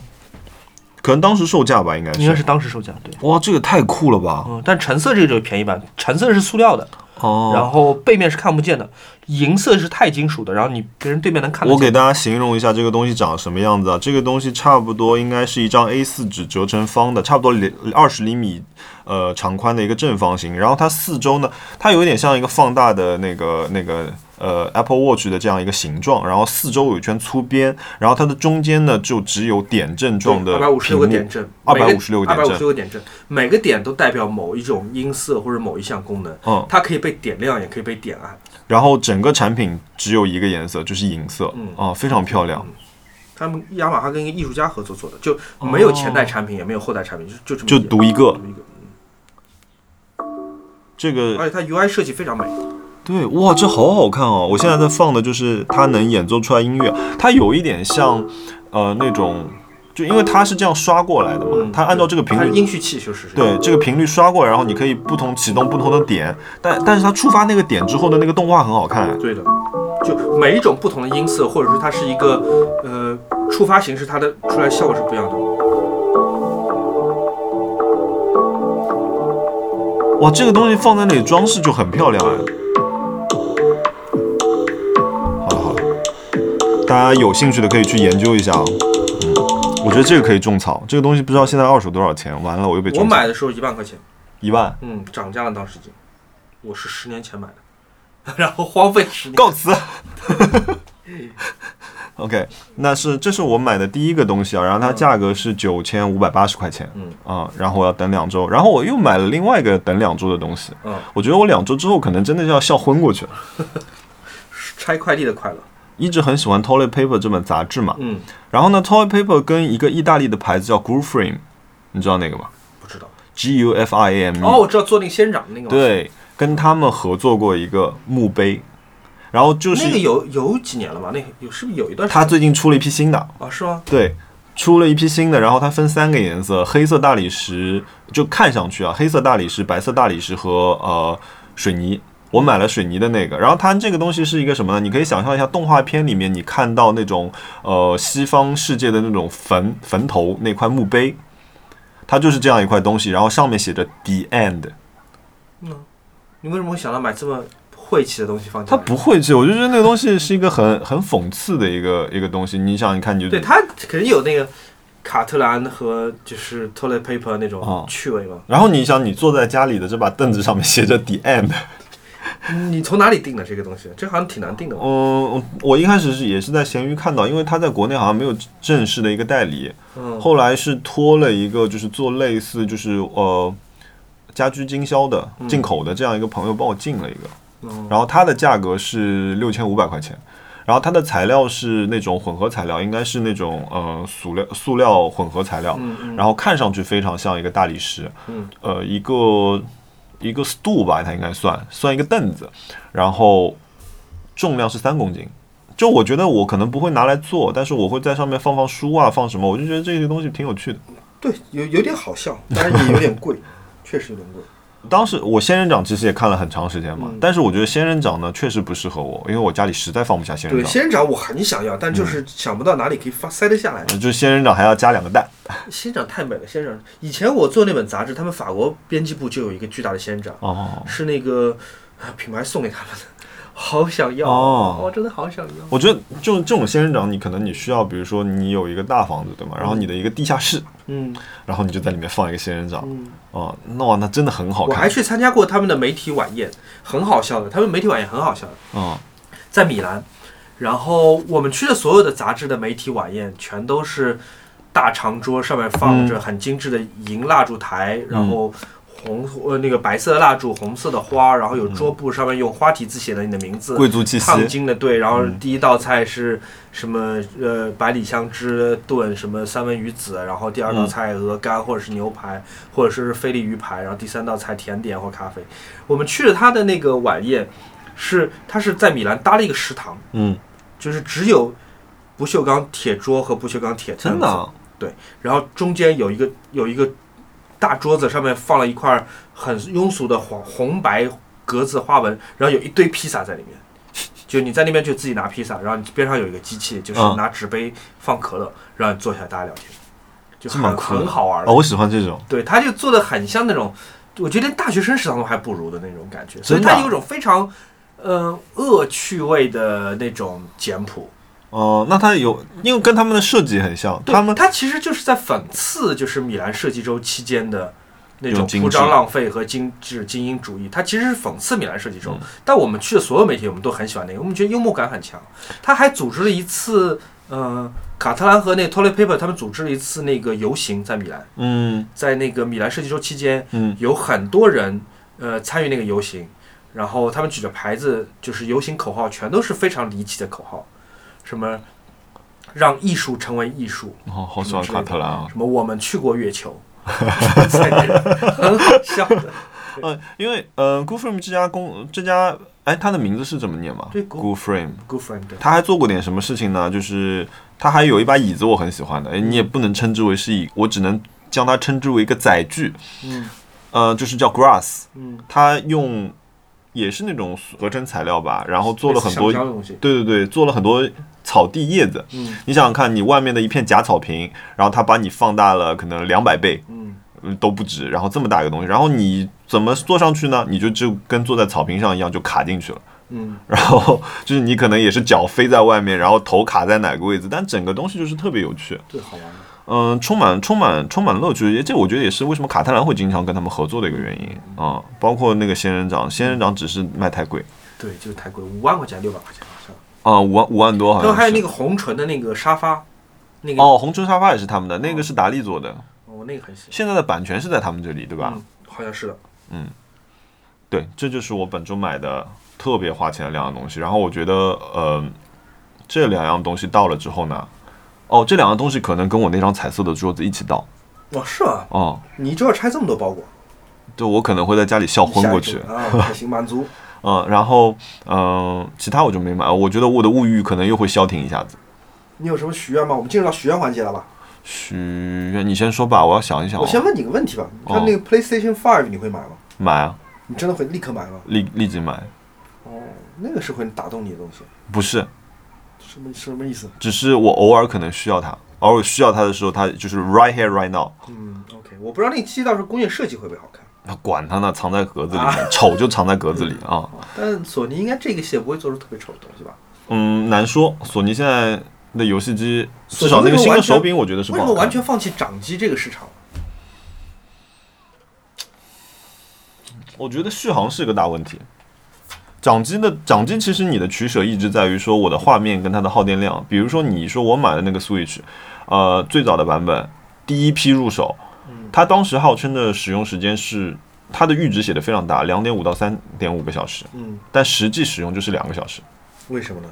A: 可能当时售价吧，应该
B: 应该
A: 是。
B: 是当时售价对。
A: 哇，这个太酷了吧！
B: 嗯，但橙色这个就是便宜版，橙色是塑料的，
A: 哦，
B: 然后背面是看不见的，银色是钛金属的，然后你别人对面能看得
A: 我
B: 见。
A: 给大家形容一下这个东西长什么样子啊？这个东西差不多应该是一张 A4 纸折成方的，差不多二十厘米，呃，长宽的一个正方形。然后它四周呢，它有点像一个放大的那个那个呃 Apple Watch 的这样一个形状，然后四周有一圈粗边，然后它的中间呢就只有点阵状的
B: 二百五十
A: 屏
B: 六
A: 幕
B: 个点阵，
A: 256
B: 二
A: 个
B: 百
A: 点
B: 五十
A: 阵
B: 六个点阵，每个点都代表某一种音色或者某一项功能，
A: 嗯，
B: 它可以被点亮，也可以被点啊暗。
A: 然后整个产品只有一个颜色，就是银色，
B: 嗯
A: 啊，非常漂亮。
B: 他们雅马哈跟一个艺术家合作做的，就没有前代产品，也没有后代产品，就就这
A: 就
B: 么
A: 独一个
B: 独一个。
A: 这个
B: 而且啊它 UI 设计非常美，
A: 对，哇，这好好看哦！我现在在放的就是它能演奏出来音乐，它有一点像，呃，那种，就因为它是这样刷过来的嘛，
B: 嗯
A: 它按照这个频
B: 它
A: 率，
B: 音序器就是这样
A: 对，这个频率刷过来，然后你可以不同启动不同的点，但但是它触发那个点之后的那个动画很好看，
B: 对的，就每一种不同的音色，或者是它是一个呃触发形式，它的出来效果是不一样的。
A: 哇，这个东西放在那里装饰就很漂亮哎。好了好了，大家有兴趣的可以去研究一下啊。嗯，我觉得这个可以种草，这个东西不知道现在二手多少钱，完了我又被种
B: 我
A: 草
B: 买的时候一万块钱，
A: 一万，
B: 嗯，涨价了当时已经，我是十年前买的， 然后荒废十年。
A: 告辞。OK，那是这是我买的第一个东西啊，然后它价格是九千五百八十块钱，
B: 嗯
A: 啊、然后我要等两周，然后我又买了另外一个等两周的东西，
B: 嗯，
A: 我觉得我两周之后可能真的要笑昏过去了。
B: 拆快递的快乐。
A: 一直很喜欢《Toilet Paper》这本杂志嘛，
B: 嗯，
A: 然后呢，《Toilet Paper》跟一个意大利的牌子叫 Groove Frame，你知道那个吗
B: 不知道。
A: ？G U F I A M E。
B: 哦，我知道做那个仙人掌那个。，
A: 对，跟他们合作过一个墓碑，然后就是
B: 那个有有几年了吧？那个有是不是有一段时
A: 他最近出了一批新的，
B: 间啊？是吗？
A: 对，出了一批新的，然后它分三个颜色：黑色大理石，就看上去啊，黑色大理石、白色大理石和呃水泥。我买了水泥的那个，然后它这个东西是一个什么呢？你可以想象一下动画片里面你看到那种呃西方世界的那种坟坟头那块墓碑，它就是这样一块东西，然后上面写着 “the end”，
B: 嗯，你为什么会想到买这么晦气的东西放家
A: 它
B: 里？
A: 不晦气，我就觉得那个东西是一个很很讽刺的一个一个东西。你想，你看你就
B: 对，它肯定有那个卡特兰和就是 toilet paper 那
A: 哦
B: 种趣味嘛。
A: 然后你想，你坐在家里的这把凳子上面写着 the end，
B: 你从哪里定的这个东西？这好像挺难定的吧？
A: 嗯，我一开始是也是在闲鱼看到，因为它在国内好像没有正式的一个代理，
B: 嗯，
A: 后来是托了一个就是做类似就是呃家居经销的进口的这样一个朋友帮我进了一个，
B: 嗯
A: 然后它的价格是六千五百块钱，然后它的材料是那种混合材料，应该是那种呃塑料塑料混合材料，
B: 嗯嗯
A: 然后看上去非常像一个大理石，
B: 嗯
A: 呃一个一个 stool 吧，它应该算算一个凳子，然后重量是三公斤。就我觉得我可能不会拿来做，但是我会在上面放放书啊，放什么，我就觉得这些东西挺有趣的。
B: 对，有有点好笑，但是也有点贵， 确实有点贵。
A: 当时我仙人掌其实也看了很长时间嘛，
B: 嗯
A: 但是我觉得仙人掌呢确实不适合我，因为我家里实在放不下仙人
B: 对，
A: 掌，
B: 仙人掌我很想要，但
A: 嗯
B: 就是想不到哪里可以发塞得下来。
A: 呃就仙人掌还要加两个蛋。
B: 仙人掌太美了，仙人掌。以前我做那本杂志，他们法国编辑部就有一个巨大的仙人掌，
A: 哦，
B: 是那个 啊品牌送给他们的， 好想要
A: 哦
B: 我真的好想要。
A: 我觉得就这种仙人掌，你可能你需要，比如说你有一个大房子对吗？然后你的一个地下室，
B: 嗯
A: 然后你就在里面放一个仙人掌，
B: 嗯，
A: 哦、那哇，那真的很好
B: 我还
A: 看，
B: 去参加过他们的媒体晚宴，很好笑的。他们媒体晚宴很好笑的，
A: 嗯，
B: 在米兰。然后我们去的所有的杂志的媒体晚宴，全都是大长桌，上面放
A: 嗯
B: 着很精致的银蜡烛台，然后红呃那个白色的蜡烛，红色的花，然后有桌布，上面用花体字写了你的名字，
A: 贵族气息，
B: 烫金的对，
A: 嗯
B: 然后第一道菜是什么？呃，百里香汁炖什么三文鱼子，然后第二
A: 嗯
B: 道菜鹅肝或者是牛排，或者是菲力鱼排，然后第三道菜甜点或咖啡。我们去了他的那个晚宴，是他是在米兰搭了一个食堂，
A: 嗯，
B: 就是只有不锈钢铁桌和不锈钢铁凳
A: 真
B: 子
A: 的啊，
B: 然后中间有一个有一个大桌子，上面放了一块很庸俗的黄红白格子花纹，然后有一堆披萨在里面。 就你在那边就自己拿披萨，然后你边上有一个机器，就是
A: 嗯
B: 拿纸杯放可乐，然后你坐下来大家聊天，就
A: 这么
B: 很
A: 酷啊
B: 很好玩
A: 哦，我喜欢这种，
B: 对，他就做的很像那种，我觉得连大学生食堂都还不如的那种感觉，所以
A: 真的啊
B: 他有一种非常呃恶趣味的那种简朴。
A: 哦、那它有，因为跟他们的设计很像，
B: 对
A: 他们
B: 他其实就是在讽刺，就是米兰设计周期间的那
A: 有
B: 种
A: 精
B: 铺张
A: 致
B: 浪费和精致精英主义。他其实是讽刺米兰设计
A: 嗯
B: 周，但我们去的所有媒体，我们都很喜欢那个，我们觉得幽默感很强。他还组织了一次，呃，卡特兰和那 Toilet Paper 他们组织了一次那个游行，在米兰，
A: 嗯
B: 在那个米兰设计周期间，
A: 嗯
B: 有很多人呃参与那个游行，然后他们举着牌子，就是游行口号，全都是非常离奇的口号，什么让艺术成为艺术。
A: 哦，好喜欢卡特兰啊，
B: 什么我们去过月球， 很好笑的。
A: 嗯，因为呃，Good Frame 这家公这家，哎，它的名字是怎么念嘛
B: 对，Good-
A: ，Good Frame，
B: Good friend，对
A: 他还做过点什么事情呢？就是他还有一把椅子，我很喜欢的，哎，你也不能称之为是椅，我只能将它称之为一个载具，
B: 嗯
A: 呃，就是叫 Grass，
B: 嗯，
A: 他用也是那种合成材料吧，然后做了很多
B: 类似橡胶的东西，
A: 对对对，做了很多草地叶子。
B: 嗯
A: 你想想看，你外面的一片假草坪，然后它把你放大了可能两百倍
B: 嗯，
A: 嗯都不止，然后这么大一个东西，然后你怎么坐上去呢？你就就跟坐在草坪上一样，就卡进去了。
B: 嗯，
A: 然后就是你可能也是脚飞在外面，然后头卡在哪个位置，但整个东西就是特别有趣，
B: 对，好玩的。
A: 嗯，充满充满充满乐趣。也这我觉得也是为什么卡特兰会经常跟他们合作的一个原因啊、包括那个仙人掌，仙人掌只是卖太贵
B: 对，就是太贵，五万块钱，六百块钱好像。
A: 啊，五、万五万多好
B: 然后
A: 像
B: 还有那
A: 是。
B: 个红唇的那个沙发，那个
A: 哦，红唇沙发也是他们的，那
B: 嗯
A: 个是达利做的，
B: 哦，那个很喜
A: 现在的版权是在他们这里，对吧？
B: 欢，嗯，好像是的。
A: 对，这就是我本周买的特别花钱的两样东西。然后我觉得，呃，这两样东西到了之后呢，哦，这两样东西可能跟我那张彩色的桌子一起到
B: 哦，是啊，
A: 哦。
B: 你就要拆这么多包裹，
A: 就我可能会在家里笑昏过
B: 吓
A: 去
B: 一，跳啊！还行，满足。
A: 嗯，然后嗯、其他我就没买，我觉得我的物欲可能又会消停一下子。
B: 你有什么许愿吗？我们进入到许愿环节了吧？
A: 许愿，你先说吧，我要想一想、哦。
B: 我先问你个问题吧，他那个 PlayStation Five 你会买吗？
A: 买啊，
B: 你真的会立刻买吗？
A: 立立即买，
B: 哦，那个是会打动你的东西，
A: 不是，
B: 什么什么意思？
A: 只是我偶尔可能需要它。而我需要它的时候，它就是 right here right now。
B: 嗯，OK，我不知道那期到时候工业设计会不会好看，
A: 那管它呢，藏在格子里面，丑就藏在格子里啊。
B: 啊但索尼应该这个系列不会做出特别丑的东西吧？
A: 嗯，难说。索尼现在的游戏机，至
B: 索尼
A: 少那
B: 为
A: 个
B: 什么
A: 新
B: 完
A: 的
B: 全
A: 手柄，我觉得是
B: 为
A: 不
B: 什
A: 好
B: 么
A: 看的。
B: 完全放弃掌机这个市场？啊
A: 我觉得续航是个大问题。掌机的掌机，其实你的取舍一直在于说我的画面跟它的耗电量。比如说，你说我买的那个 Switch，呃，最早的版本，第一批入手，它当时号称的使用时间是它的阈值写的非常大，两点五到三点五个小时，
B: 嗯，
A: 但实际使用就是两个小时。
B: 为什么呢？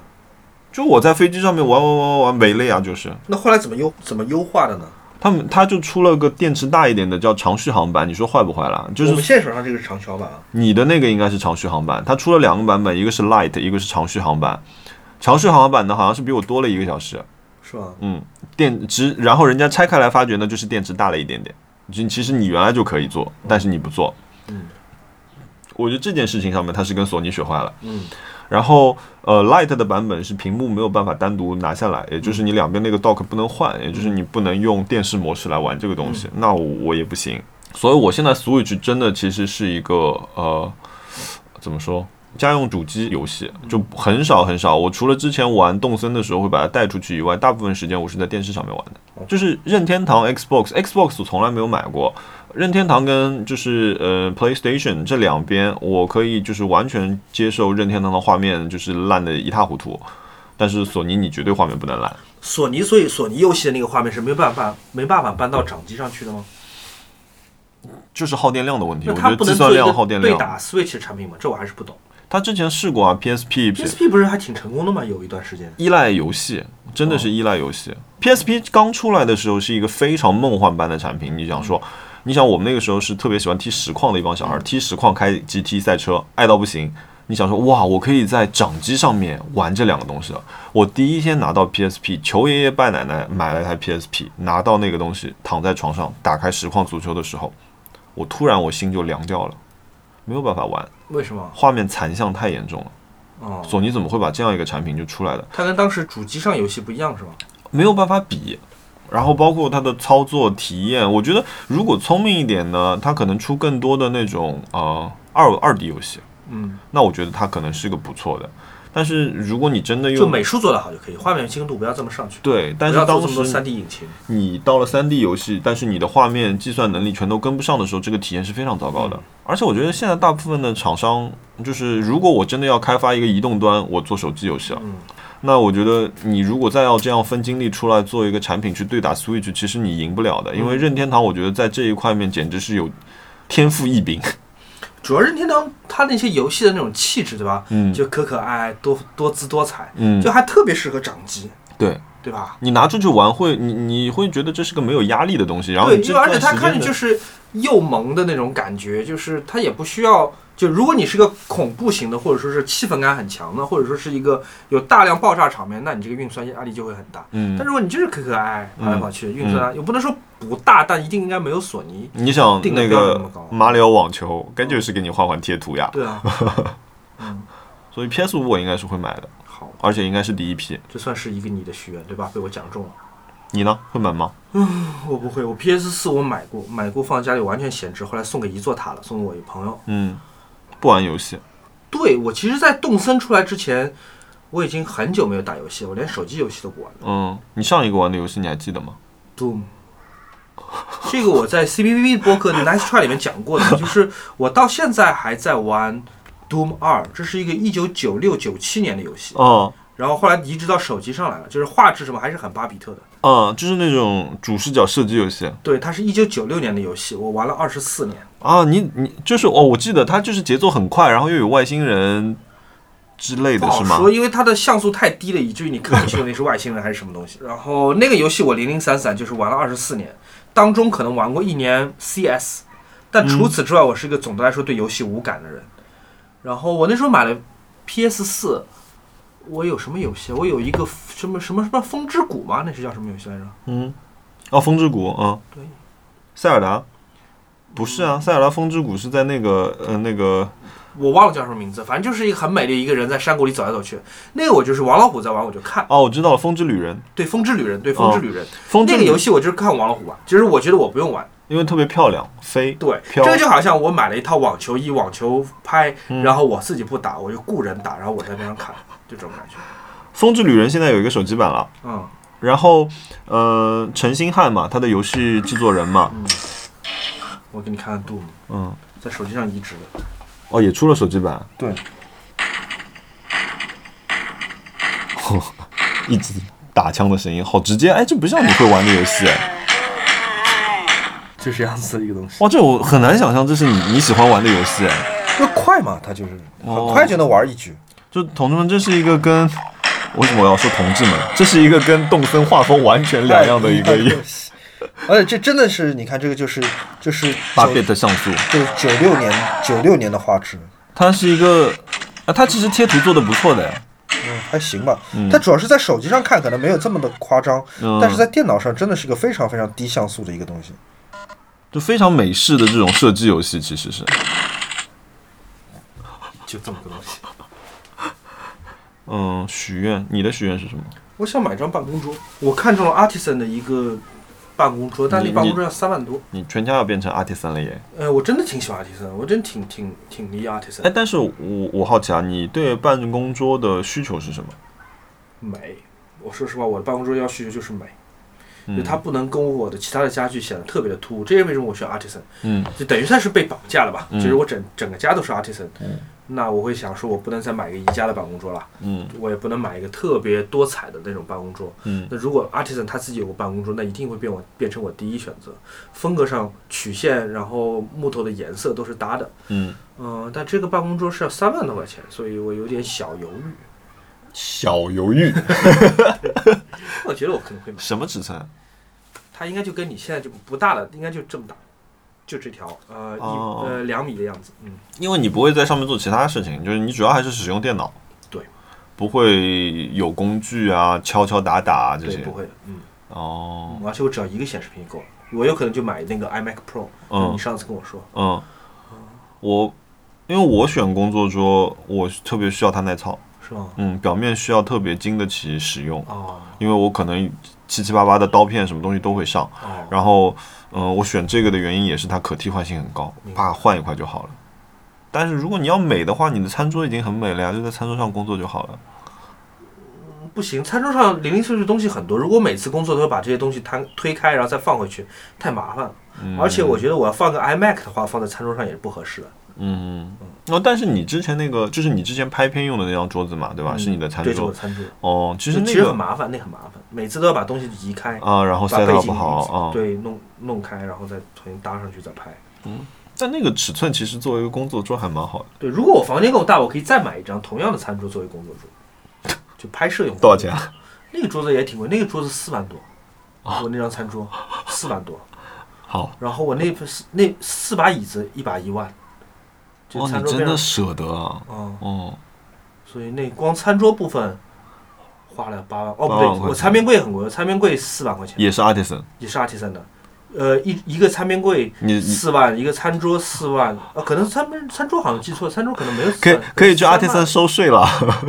B: 就
A: 就我在飞机上面玩玩玩玩玩没累啊，就是
B: 那后来怎么优怎么优化的呢？
A: 他们他就出了个电池大一点的叫长续航版，你说坏不坏啦？就
B: 我
A: 是
B: 们现手上这个是长条版啊，
A: 你的那个应该是长续航版，它出了两个版本，一个是 Light，一个是长续航版。长续航版呢，好像是比我多了一个小时，
B: 是吧？
A: 嗯，电池，然后人家拆开来发觉呢，就是电池大了一点点。就其实你原来就可以做，但是你不做。
B: 嗯，
A: 我觉得这件事情上面，它是跟索尼学坏了。
B: 嗯，
A: 然后呃，Light 的版本是屏幕没有办法单独拿下来，也就是你两边那个 dock 不能换，也就是你不能用电视模式来玩这个东
B: 嗯
A: 西。那我我也不行，所以我现在 Switch 真的其实是一个呃，怎么说？家用主机游戏就很少很少，我除了之前玩动森的时候会把它带出去以外，大部分时间我是在电视上面玩
B: 哦
A: 的。就是任天堂 Xbox Xbox 我从来没有买过，任天堂跟就是呃 PlayStation 这两边，我可以就是完全接受任天堂的画面就是烂的一塌糊涂，但是索尼你绝对画面不能烂。
B: 索尼，所以索尼游戏的那个画面是没办法没办法搬到掌机上去的吗？
A: 就是耗电量的问题，
B: 那
A: 我
B: 它
A: 觉
B: 不
A: 得
B: 能
A: 计
B: 做
A: 算
B: 一
A: 量、耗
B: 个
A: 电
B: 对
A: 量，
B: 打 Switch 的产品吗？这我还是不懂。
A: 他之前试过啊，PSP
B: PSP 不是还挺成功的吗？有一段时间，
A: 依赖游戏，真的是依赖游戏。PSP 刚出来的时候是一个非常梦幻般的产品，你想说，你想我们那个时候是特别喜欢踢实况的一帮小孩，踢实况开 GT 赛车，爱到不行。你想说哇，我可以在掌机上面玩这两个东西了。我第一天拿到 PSP，求爷爷拜奶奶买了一台 PSP，拿到那个东西，躺在床上打开实况足球的时候，我突然我心就凉掉了，没有办法玩，
B: 为什么？
A: 画面残像太严重了。
B: 哦，
A: 索尼怎么会把这样一个产品就出来了？
B: 它跟当时主机上游戏不一样是吧？
A: 没有办法比。然后包括它的操作体验，我觉得如果聪明一点呢，它可能出更多的那种呃二二 D 游戏，
B: 嗯，
A: 那我觉得它可能是个不错的。但是如果你真的
B: 就
A: 用
B: 美术做得好就可以，画面清度不要这么上去，
A: 对，但
B: 不
A: 是
B: 要做
A: 当
B: 这么多
A: 时
B: 3 D 引擎。
A: 你到了三 D 游戏，但是你的画面计算能力全都跟不上的时候，这个体验是非常糟糕的
B: 嗯。
A: 而且我觉得现在大部分的厂商，就是如果我真的要开发一个移动端，我做手机游戏了，啊
B: 嗯，
A: 那我觉得你如果再要这样分精力出来做一个产品去对打 Switch，其实你赢不了的，
B: 嗯
A: 因为任天堂我觉得在这一块面简直是有天赋异 禀。
B: 主要任天堂它那些游戏的那种气质，对吧？
A: 嗯
B: 就可可爱爱、多多姿多彩，
A: 嗯
B: 就，还特别适合掌机，
A: 对
B: 对吧？
A: 你拿出去玩会，你你会觉得这是个没有压力的东西，然后
B: 对，
A: 你这
B: 就而且
A: 段
B: 它
A: 时
B: 看着
A: 间
B: 就
A: 的
B: 是又萌的那种感觉，就是它也不需要。就如果你是个恐怖型的，或者说是气氛感很强的，或者说是一个有大量爆炸场面，那你这个运算压力就会很大。但
A: 嗯，
B: 如果你就是可可爱爱、
A: 嗯
B: 跑来跑去，运算啊也不能说不大，但一定应该没有索尼。
A: 你想
B: 定的
A: 那
B: 标准那
A: 个
B: 么高
A: 马里奥网球，该就是给你换换贴图呀。
B: 对啊，嗯，
A: 所以 PS 五我应该是会买的，
B: 好，
A: 而且应该是第一批。
B: 这算是一个你的许愿，对吧？被我讲中了。
A: 你呢？会买吗？
B: 我不会，我 PS 四我买过，买过放家里完全闲置，后来送给一座塔了，送给我一朋友。
A: 嗯，不玩游戏。
B: 对我其实，在动森出来之前，我已经很久没有打游戏了，我连手机游戏都不玩了。
A: 嗯，你上一个玩的游戏你还记得吗？
B: Doom，这个我在 CBBB 播客 Nice Try 里面讲过的，就是我到现在还在玩 Doom 二，这是一个一九九六九七年的游戏。
A: 哦，
B: 然后后来移植到手机上来了，就是画质什么还是很巴比特的。
A: 嗯，就是那种主视角射击游戏。
B: 对，它是一九九六年的游戏，我玩了二十四年。
A: 啊，你你就是哦，我记得它就是节奏很快，然后又有外星人之类
B: 不
A: 的
B: 好
A: 是吗
B: 说，？因为它的像素太低了，以至于你看不清楚那是外星人还是什么东西。然后那个游戏我零零散散就是玩了二十四年，当中可能玩过一年 CS，但除此之外，我是一个总的来说对游戏无感的人。然后我那时候买了 PS 四，我有什么游戏？我有一个什么什么什么风之谷吗？那是叫什么游戏来着？
A: 嗯，哦，风之谷，嗯，
B: 对，
A: 塞尔达，不是啊，塞尔达风之谷是在那个呃那个
B: 我忘了叫什么名字，反正就是一个很美丽一个人在山谷里走来走去。那个我就是王老虎在玩，我就看。
A: 哦，我知道了，风之旅人，
B: 对，风之旅人，对，风之旅人，
A: 哦风之
B: 那个
A: 旅
B: 游戏我就是看王老虎玩。其实我觉得我不用玩。
A: 因为特别漂亮，飞
B: 对，
A: 飘
B: 这个就好像我买了一套网球衣、网球拍，然后我自己不打，我就雇人打，然后我在边上看，就这种感觉。
A: 风之旅人现在有一个手机版了。
B: 嗯，
A: 然后，呃，陈星汉嘛，他的游戏制作人嘛，
B: 我给你看看 Doom，
A: 嗯，
B: 在手机上移植的。
A: 哦，也出了手机版，
B: 对，
A: 一直打枪的声音，好直接，哎，这不像你会玩的游戏，哎，
B: 就是这样子的一个东西。
A: 哇，这我很难想象这是你你喜欢玩的游戏，哎，
C: 因为快嘛，它就是很
A: 哦
C: 快就能玩一局。
A: 就同志们，这是一个跟为什么我要说同志们，这是一个跟动森画风完全两样的一个
B: 哎
A: 游戏，
C: 戏。而且这真的是，你看这个就是就是
A: 八
C: 九
A: bit 像素，
C: 就是九六年九六年的画质，
A: 它是一个，啊，它其实贴图做的不错的，哎
C: 嗯，还行吧。它主要是在手机上看可能没有这么的夸张，
A: 嗯
C: 但是在电脑上真的是个非常非常低像素的一个东西。
A: 就非常美式的这种射击游戏，其实是，
B: 就这么个东西。
A: 嗯，许愿，你的许愿是什么？
B: 我想买张办公桌，我看中了 Artisan 的一个办公桌，但那
A: 你
B: 办公桌要三万多。
A: 你全家要变成 artisan 了耶！
B: 呃，我真的挺喜欢 Artisan，我真挺挺挺迷
A: 哎，
B: Artisan。
A: 但是我我好奇啊，你对办公桌的需求是什么？
B: 美，我说实话，我的办公桌要需求就是美，
A: 嗯
B: 就它不能跟我的其他的家具显得特别的突兀，这也为什么我选 Artisan。
A: 嗯，
B: 就等于算是被绑架了吧。
A: 嗯
B: 其实我整整个家都是 artisan，、
A: 嗯
B: 那我会想说，我不能再买个宜家的办公桌了，
A: 嗯
B: 我也不能买一个特别多彩的那种办公桌。
A: 嗯
B: 那如果 artisan 他自己有个办公桌，那一定会变我变成我第一选择。风格上、曲线，然后木头的颜色都是搭的。
A: 嗯，
B: 嗯、但这个办公桌是要三万多块钱，所以我有点小犹豫。
A: 小犹豫，
B: 我觉得我可能会买，
A: 什么尺寸？
B: 它应该就跟你现在这么不大了，应该就这么大，就这条，呃，一
A: 哦
B: 呃两米的样子，嗯。
A: 因为你不会在上面做其他事情，就是你主要还是使用电脑。
B: 对，
A: 不会有工具啊，敲敲打打、啊、这
B: 对，
A: 些
B: 不。会的，嗯，
A: 哦，
B: 而且我只要一个显示屏就够了，我有可能就买那个 iMac Pro。
A: 嗯
B: 你上次跟我说，
A: 嗯，我因为我选工作桌，我特别需要它耐操，
B: 是吗？
A: 嗯，表面需要特别经得起使用，
B: 哦
A: 因为我可能七七八八的刀片什么东西都会上。
B: 哦，
A: 然后，嗯、我选这个的原因也是它可替换性很高
B: 明，白
A: 怕换一块就好了。但是如果你要美的话，你的餐桌已经很美了呀，就在餐桌上工作就好了。
B: 不行，餐桌上零零碎碎的东西很多，如果每次工作都会把这些东西摊推开，然后再放回去，太麻烦了。
A: 嗯、
B: 而且我觉得我要放个 iMac 的话，放在餐桌上也是不合适的。
A: 嗯，哦，但是你之前那个就是你之前拍片用的那张桌子嘛，对吧？是你的餐
B: 嗯对，是我
A: 桌
B: 的。餐桌。
A: 哦，其实
B: 就
A: 那
B: 其实很
A: 个
B: 麻烦，那很麻烦，每次都要把东西移开，
A: 啊，然后
B: 把
A: set
B: 背
A: up
B: 景
A: 不好啊，
B: 对弄弄开，然后再重新搭上去再拍。
A: 但那个尺寸其实作为一个工作桌还蛮好的。
B: 对，如果我房间够大，我可以再买一张同样的餐桌作为工作桌，就拍摄用。
A: 多少钱？啊
B: 那个桌子也挺贵，那个桌子四万多，我那张餐桌四万多，
A: 好，
B: 然后我那四那四把椅子一把一万，就
A: 哇，
B: 餐
A: 哦你
B: 桌
A: 真
B: 边
A: 的
B: 上，
A: 舍得啊！
B: 嗯，
A: 哦，
B: 所以那光餐桌部分花了八万，哦不
A: 八万块
B: 对，
A: 钱
B: 我餐边柜也很贵，我餐边柜四万块钱，
A: 也是 artisan，
B: 也是 artisan 的，呃一一个餐边柜
A: 你你
B: 四万，一个餐桌四万，呃可能餐边餐桌好像记错了，餐桌可能没有四
A: 可以
B: 万，
A: 可以去
B: 三万
A: artisan 收税了。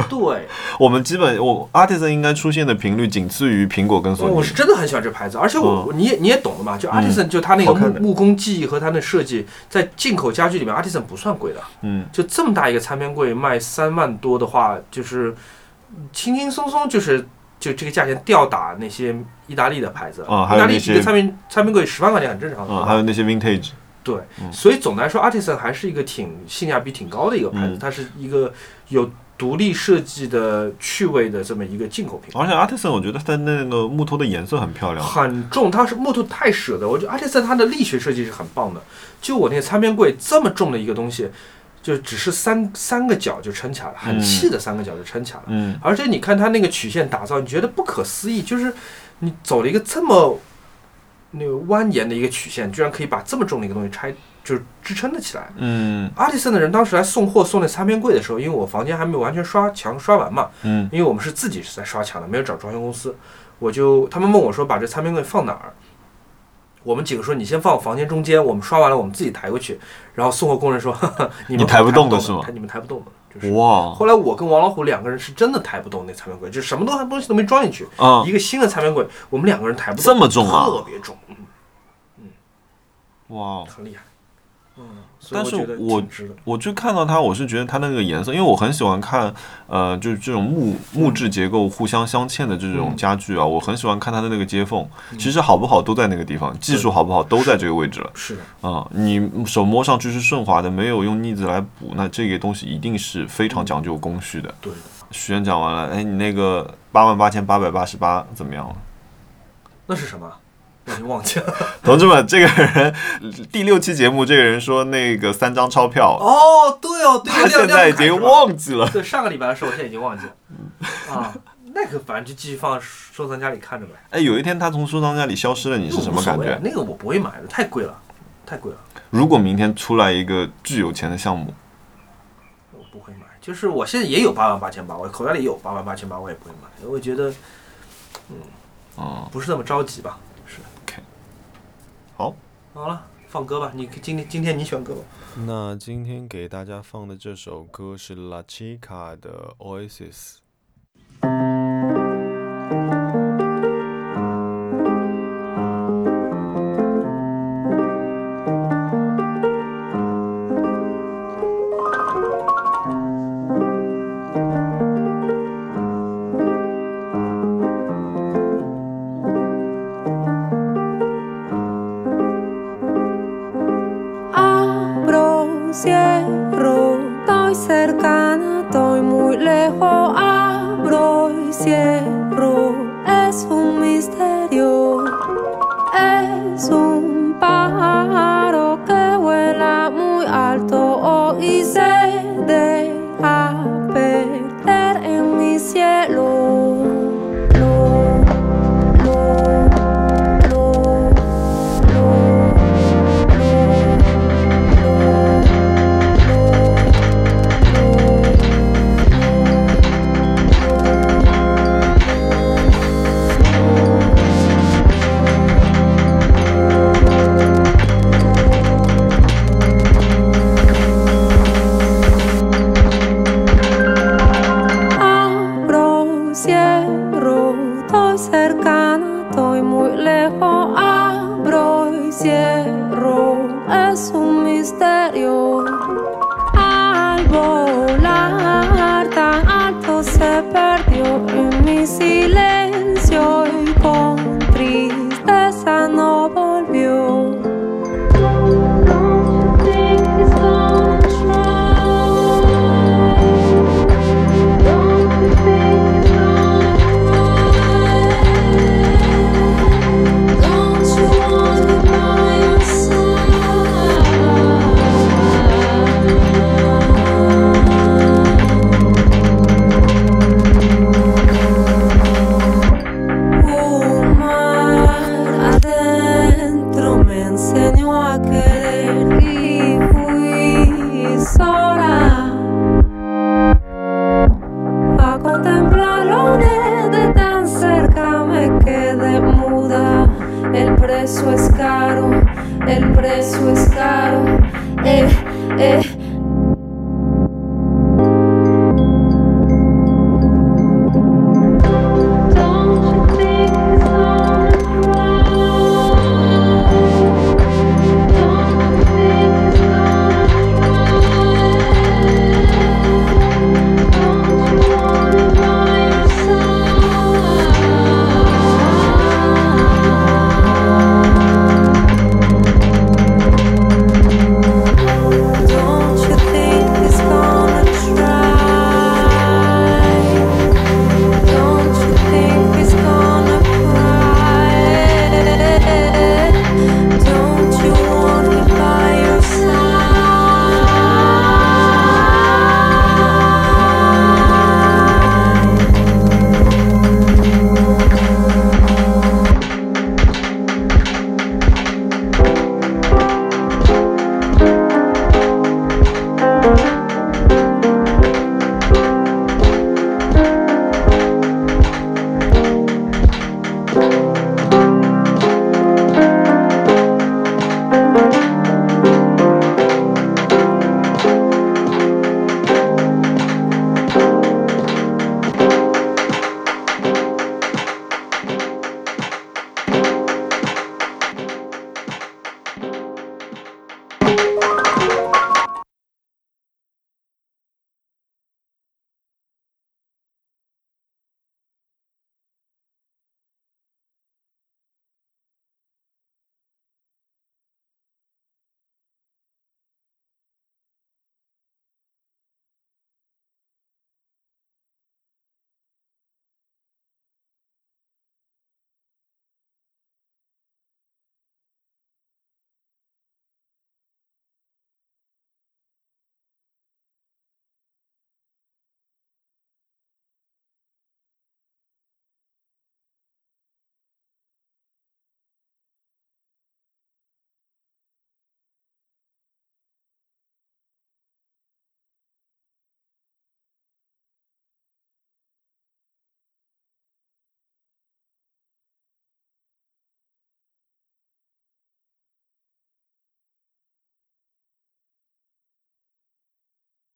B: 对，
A: 我们基本我 artisan 应该出现的频率仅次于苹果跟索尼。
B: 我是真的很喜欢这牌子，而且我、你也你也懂了嘛，就
A: 嗯
B: Artisan 就它那
A: 好
B: 个
A: 看
B: 木
A: 的
B: 木工技艺和它的设计，在进口家具里面，Artisan 不算贵的，
A: 嗯
B: 就这么大一个餐边柜卖三万多的话，就是轻轻松松就是就这个价钱吊打那些意大利的牌子，
A: 啊还
B: 意
A: 有
B: 大利
A: 那些
B: 一个餐边餐边柜十万块钱很正常的，
A: 啊，
B: 对
A: 还
B: 吧
A: 有那些 vintage，
B: 对，
A: 嗯
B: 所以总的来说，Artisan 还是一个挺性价比挺高的一个牌子，
A: 嗯
B: 它是一个有独立设计的趣味的这么一个进口品牌。
A: 而且 artisan 我觉得它那个木头的颜色很漂亮。
B: 很重，它是木头太舍得。我觉得阿特森它的力学设计是很棒的。就我那个餐边柜这么重的一个东西，就只是三三个角就撑起来了，很
A: 嗯
B: 细的三个角就撑起来了。
A: 嗯
B: 而且你看它那个曲线打造，你觉得不可思议，就是你走了一个这么那个蜿蜒的一个曲线，居然可以把这么重的一个东西拆，就是支撑得起来。
A: 嗯
B: 阿迪森的人当时来送货送那餐边柜的时候，因为我房间还没有完全刷墙刷完嘛，
A: 嗯
B: 因为我们是自己是在刷墙的，没有找装修公司，我就他们问我说把这餐边柜放哪儿，我们几个说你先放房间中间，我们刷完了我们自己抬过去。然后送货工人说 你
A: 你
B: 们
A: 抬不
B: 不
A: 动
B: 的
A: 的是吗
B: 抬你们抬不动的，就是。
A: 哇，
B: 后来我跟王老虎两个人是真的抬不动那擦面柜，就什么东西东西都没装进去，
A: 啊
B: 一，个新的擦面柜，我们两个人抬不动，
A: 这么重啊
B: 特别重，
A: 哇。
B: 很厉害。嗯，所以
A: 但是
B: 我觉得
A: 我
B: 挺值得。
A: 我去看到它，我是觉得它那个颜色，因为我很喜欢看，呃，就是这种木木质结构互相镶嵌的这种家具啊，我很喜欢看它的那个接缝。其实好不好都在那个地方，技术好不好都在这个位置了。
B: 是的，
A: 啊、你手摸上去是顺滑的，没有用腻子来补，那这个东西一定是非常讲究工序的。
B: 对的。
A: 许愿讲完了，哎，你那个八万八千八百八十八怎么样了？
B: 那是什么？我已经忘记了。
A: 同志们，这个人第六期节目，这个人说那个三张钞票，
B: 哦，对哦，对哦，
A: 他
B: 亮
A: 现在已经。
B: 亮卡是吧
A: 忘记了。
B: 对，上个礼拜的事我现在已经忘记了。啊，那个反正就继续放收藏夹里看着呗。
A: 哎，有一天他从收藏家里消失了，你是什么感
B: 那个无所谓
A: 觉
B: 啊？那个我不会买的，太贵了，太贵了，
A: 如果明天出来一个巨有钱的项目，
B: 我不会买。就是我现在也有八万八千八，我口袋里有八万八千八，我也不会买。我觉得
A: 嗯，
B: 不是那么着急吧。是
A: OK 好。
B: 好了，放歌吧。你今天今天你选歌吧。
A: 那今天给大家放的这首歌是 La Chica 的 Oasis。
D: Abro, cierro, estoy cercana, estoy muy lejos. Abro y cierro, es un misterio. Es un pájaro que vuela muy alto Oh, y se deja perder en mi cielo. Lo, lo, lo, lo. Abro, cierro, estoy cercana, estoy muy lejos. Abro y cierro, es un misterio. Al volar tan alto se perdió en mi silencio y con tristeza no volvió. Don't you want me by your side? Un mar adentro me enseñó a querer y fui sola a contemplarlo desde tan cerca me quedé muda. El precio es caro, el precio es caro. Eh, eh,